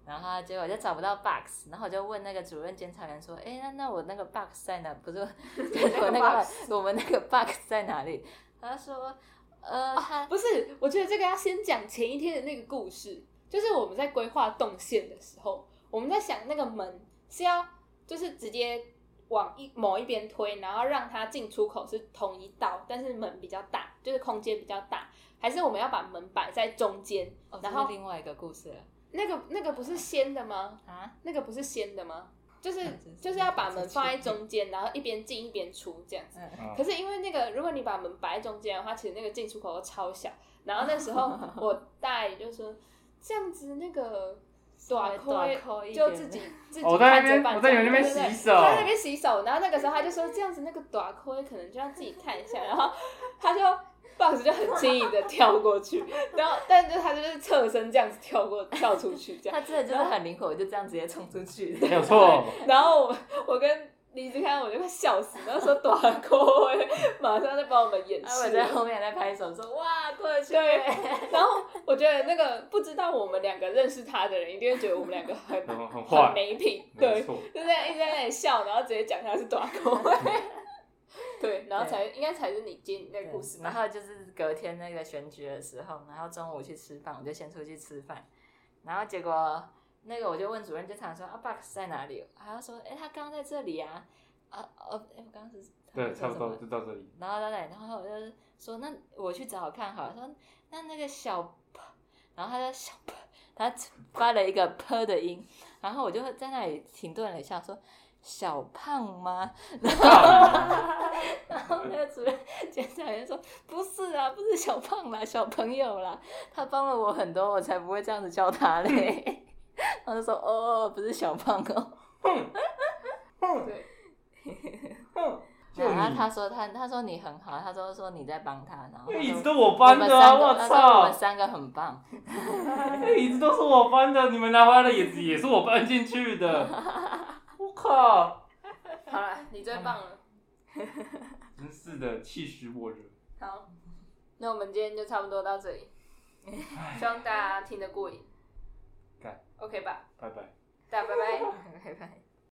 Speaker 2: 然后结果就找不到 box，然后我就问那个主任监察员说：“哎，那那我那个 box 在哪？不是， (laughs) 就是我那个我们那个 box 在哪里？”他说：“呃，他
Speaker 3: 不是，我觉得这个要先讲前一天的那个故事，就是我们在规划动线的时候，我们在想那个门是要就是直接往一某一边推，然后让它进出口是同一道，但是门比较大，就是空间比较大，还是我们要把门摆在中间？
Speaker 2: 哦，这
Speaker 3: 然
Speaker 2: 是
Speaker 3: 后
Speaker 2: 另外一个故事了
Speaker 3: 那个那个不是先的吗？
Speaker 2: 啊，
Speaker 3: 那个不是先的吗？就是
Speaker 2: 嗯 (laughs) 真是
Speaker 3: 就是要把门放在中间，然后一边进一边出这样子。
Speaker 2: 嗯，
Speaker 1: 嗯
Speaker 3: 可是因为那个，如果你把门摆在中间的话，其实那个进出口都超小。然后那
Speaker 2: (laughs)
Speaker 3: 时候我大姨就说：“这样子那个短
Speaker 2: 稍微
Speaker 3: 亏
Speaker 2: 短扣一点
Speaker 3: 就自
Speaker 2: (laughs)
Speaker 3: 己自己
Speaker 1: 哦我在那
Speaker 3: 看着
Speaker 1: 边
Speaker 3: 办。”
Speaker 1: 我在你们那边
Speaker 3: 对对对
Speaker 1: 洗手
Speaker 3: 我在那边洗手。然后那个时候他就说：“这样子那个短亏可能就要自己看一下。”然后他就 box 就很轻易的跳过去，然后但是他就是侧身这样子跳过跳出去这样。
Speaker 2: 他真的就是很灵活，我就这样直接冲出 (laughs) 去。
Speaker 1: (laughs) 没有错，
Speaker 3: 然后我我跟李子看到我就快笑死，然后说短裤，马上就把我们演
Speaker 2: 然后啊我
Speaker 3: 示
Speaker 2: 在
Speaker 3: 了。
Speaker 2: 后面在拍手说：“哇，过去！”
Speaker 3: 对， (laughs) 然后我觉得那个不知道我们两个认识他的人，一定会觉得我们两个很
Speaker 1: 很很
Speaker 3: 很
Speaker 1: 坏，
Speaker 3: 没品，
Speaker 1: 没
Speaker 3: 对，
Speaker 1: 错，
Speaker 3: 就在一直在那里笑，然后直接讲他是短裤。对，然后才应该才是你接你那个故事
Speaker 2: 然
Speaker 3: 吧。
Speaker 2: 后就是隔天那个选举的时候，然后中午去吃饭，我就先出去吃饭，然后结果那个我就问主任，就常说啊，box 在哪里？他就说，哎、他刚刚在这里啊，啊哦，诶我刚刚是
Speaker 1: 对，差不。
Speaker 2: 他说
Speaker 1: 多
Speaker 2: 什么
Speaker 1: 就到这
Speaker 2: (laughs)
Speaker 1: 里。
Speaker 2: 然后他在，然后我就说，那我去找看好了。说那那个小，然后他就小，他发了一个噗的音，然后我就在那里停顿了一下，说小胖吗？ (laughs) 然后那个主任检查员说：“不是啊，不是小胖啦，小朋友啦，他帮了我很多，我才不会这样子叫他嘞。” (laughs) 然后就说：“哦，不是小胖哦。
Speaker 1: 哼哼
Speaker 3: 对，
Speaker 1: 哼” (laughs) 就
Speaker 2: 然后
Speaker 1: 你，
Speaker 2: 他说他他说你很好，他说说你在帮他，然后
Speaker 1: 那
Speaker 2: 他
Speaker 1: 椅
Speaker 2: 说
Speaker 1: 子都我
Speaker 2: 我
Speaker 1: 搬
Speaker 2: 们
Speaker 1: 的
Speaker 2: 三
Speaker 1: 啊！
Speaker 2: 个，
Speaker 1: 我
Speaker 2: 他说我
Speaker 1: 操，
Speaker 2: 们三个很棒，
Speaker 1: 那椅子都是我搬的，你们拿回来的椅子也是我搬进去
Speaker 2: (laughs)
Speaker 1: 的。我靠，
Speaker 3: 好了，你最棒了。
Speaker 1: 真是的，气死我了。
Speaker 3: 好，那我们今天就差不多到这里，希望大家听得过瘾
Speaker 1: 干。
Speaker 3: OK 吧，
Speaker 1: 拜拜。
Speaker 3: 大家拜拜。
Speaker 2: 拜拜。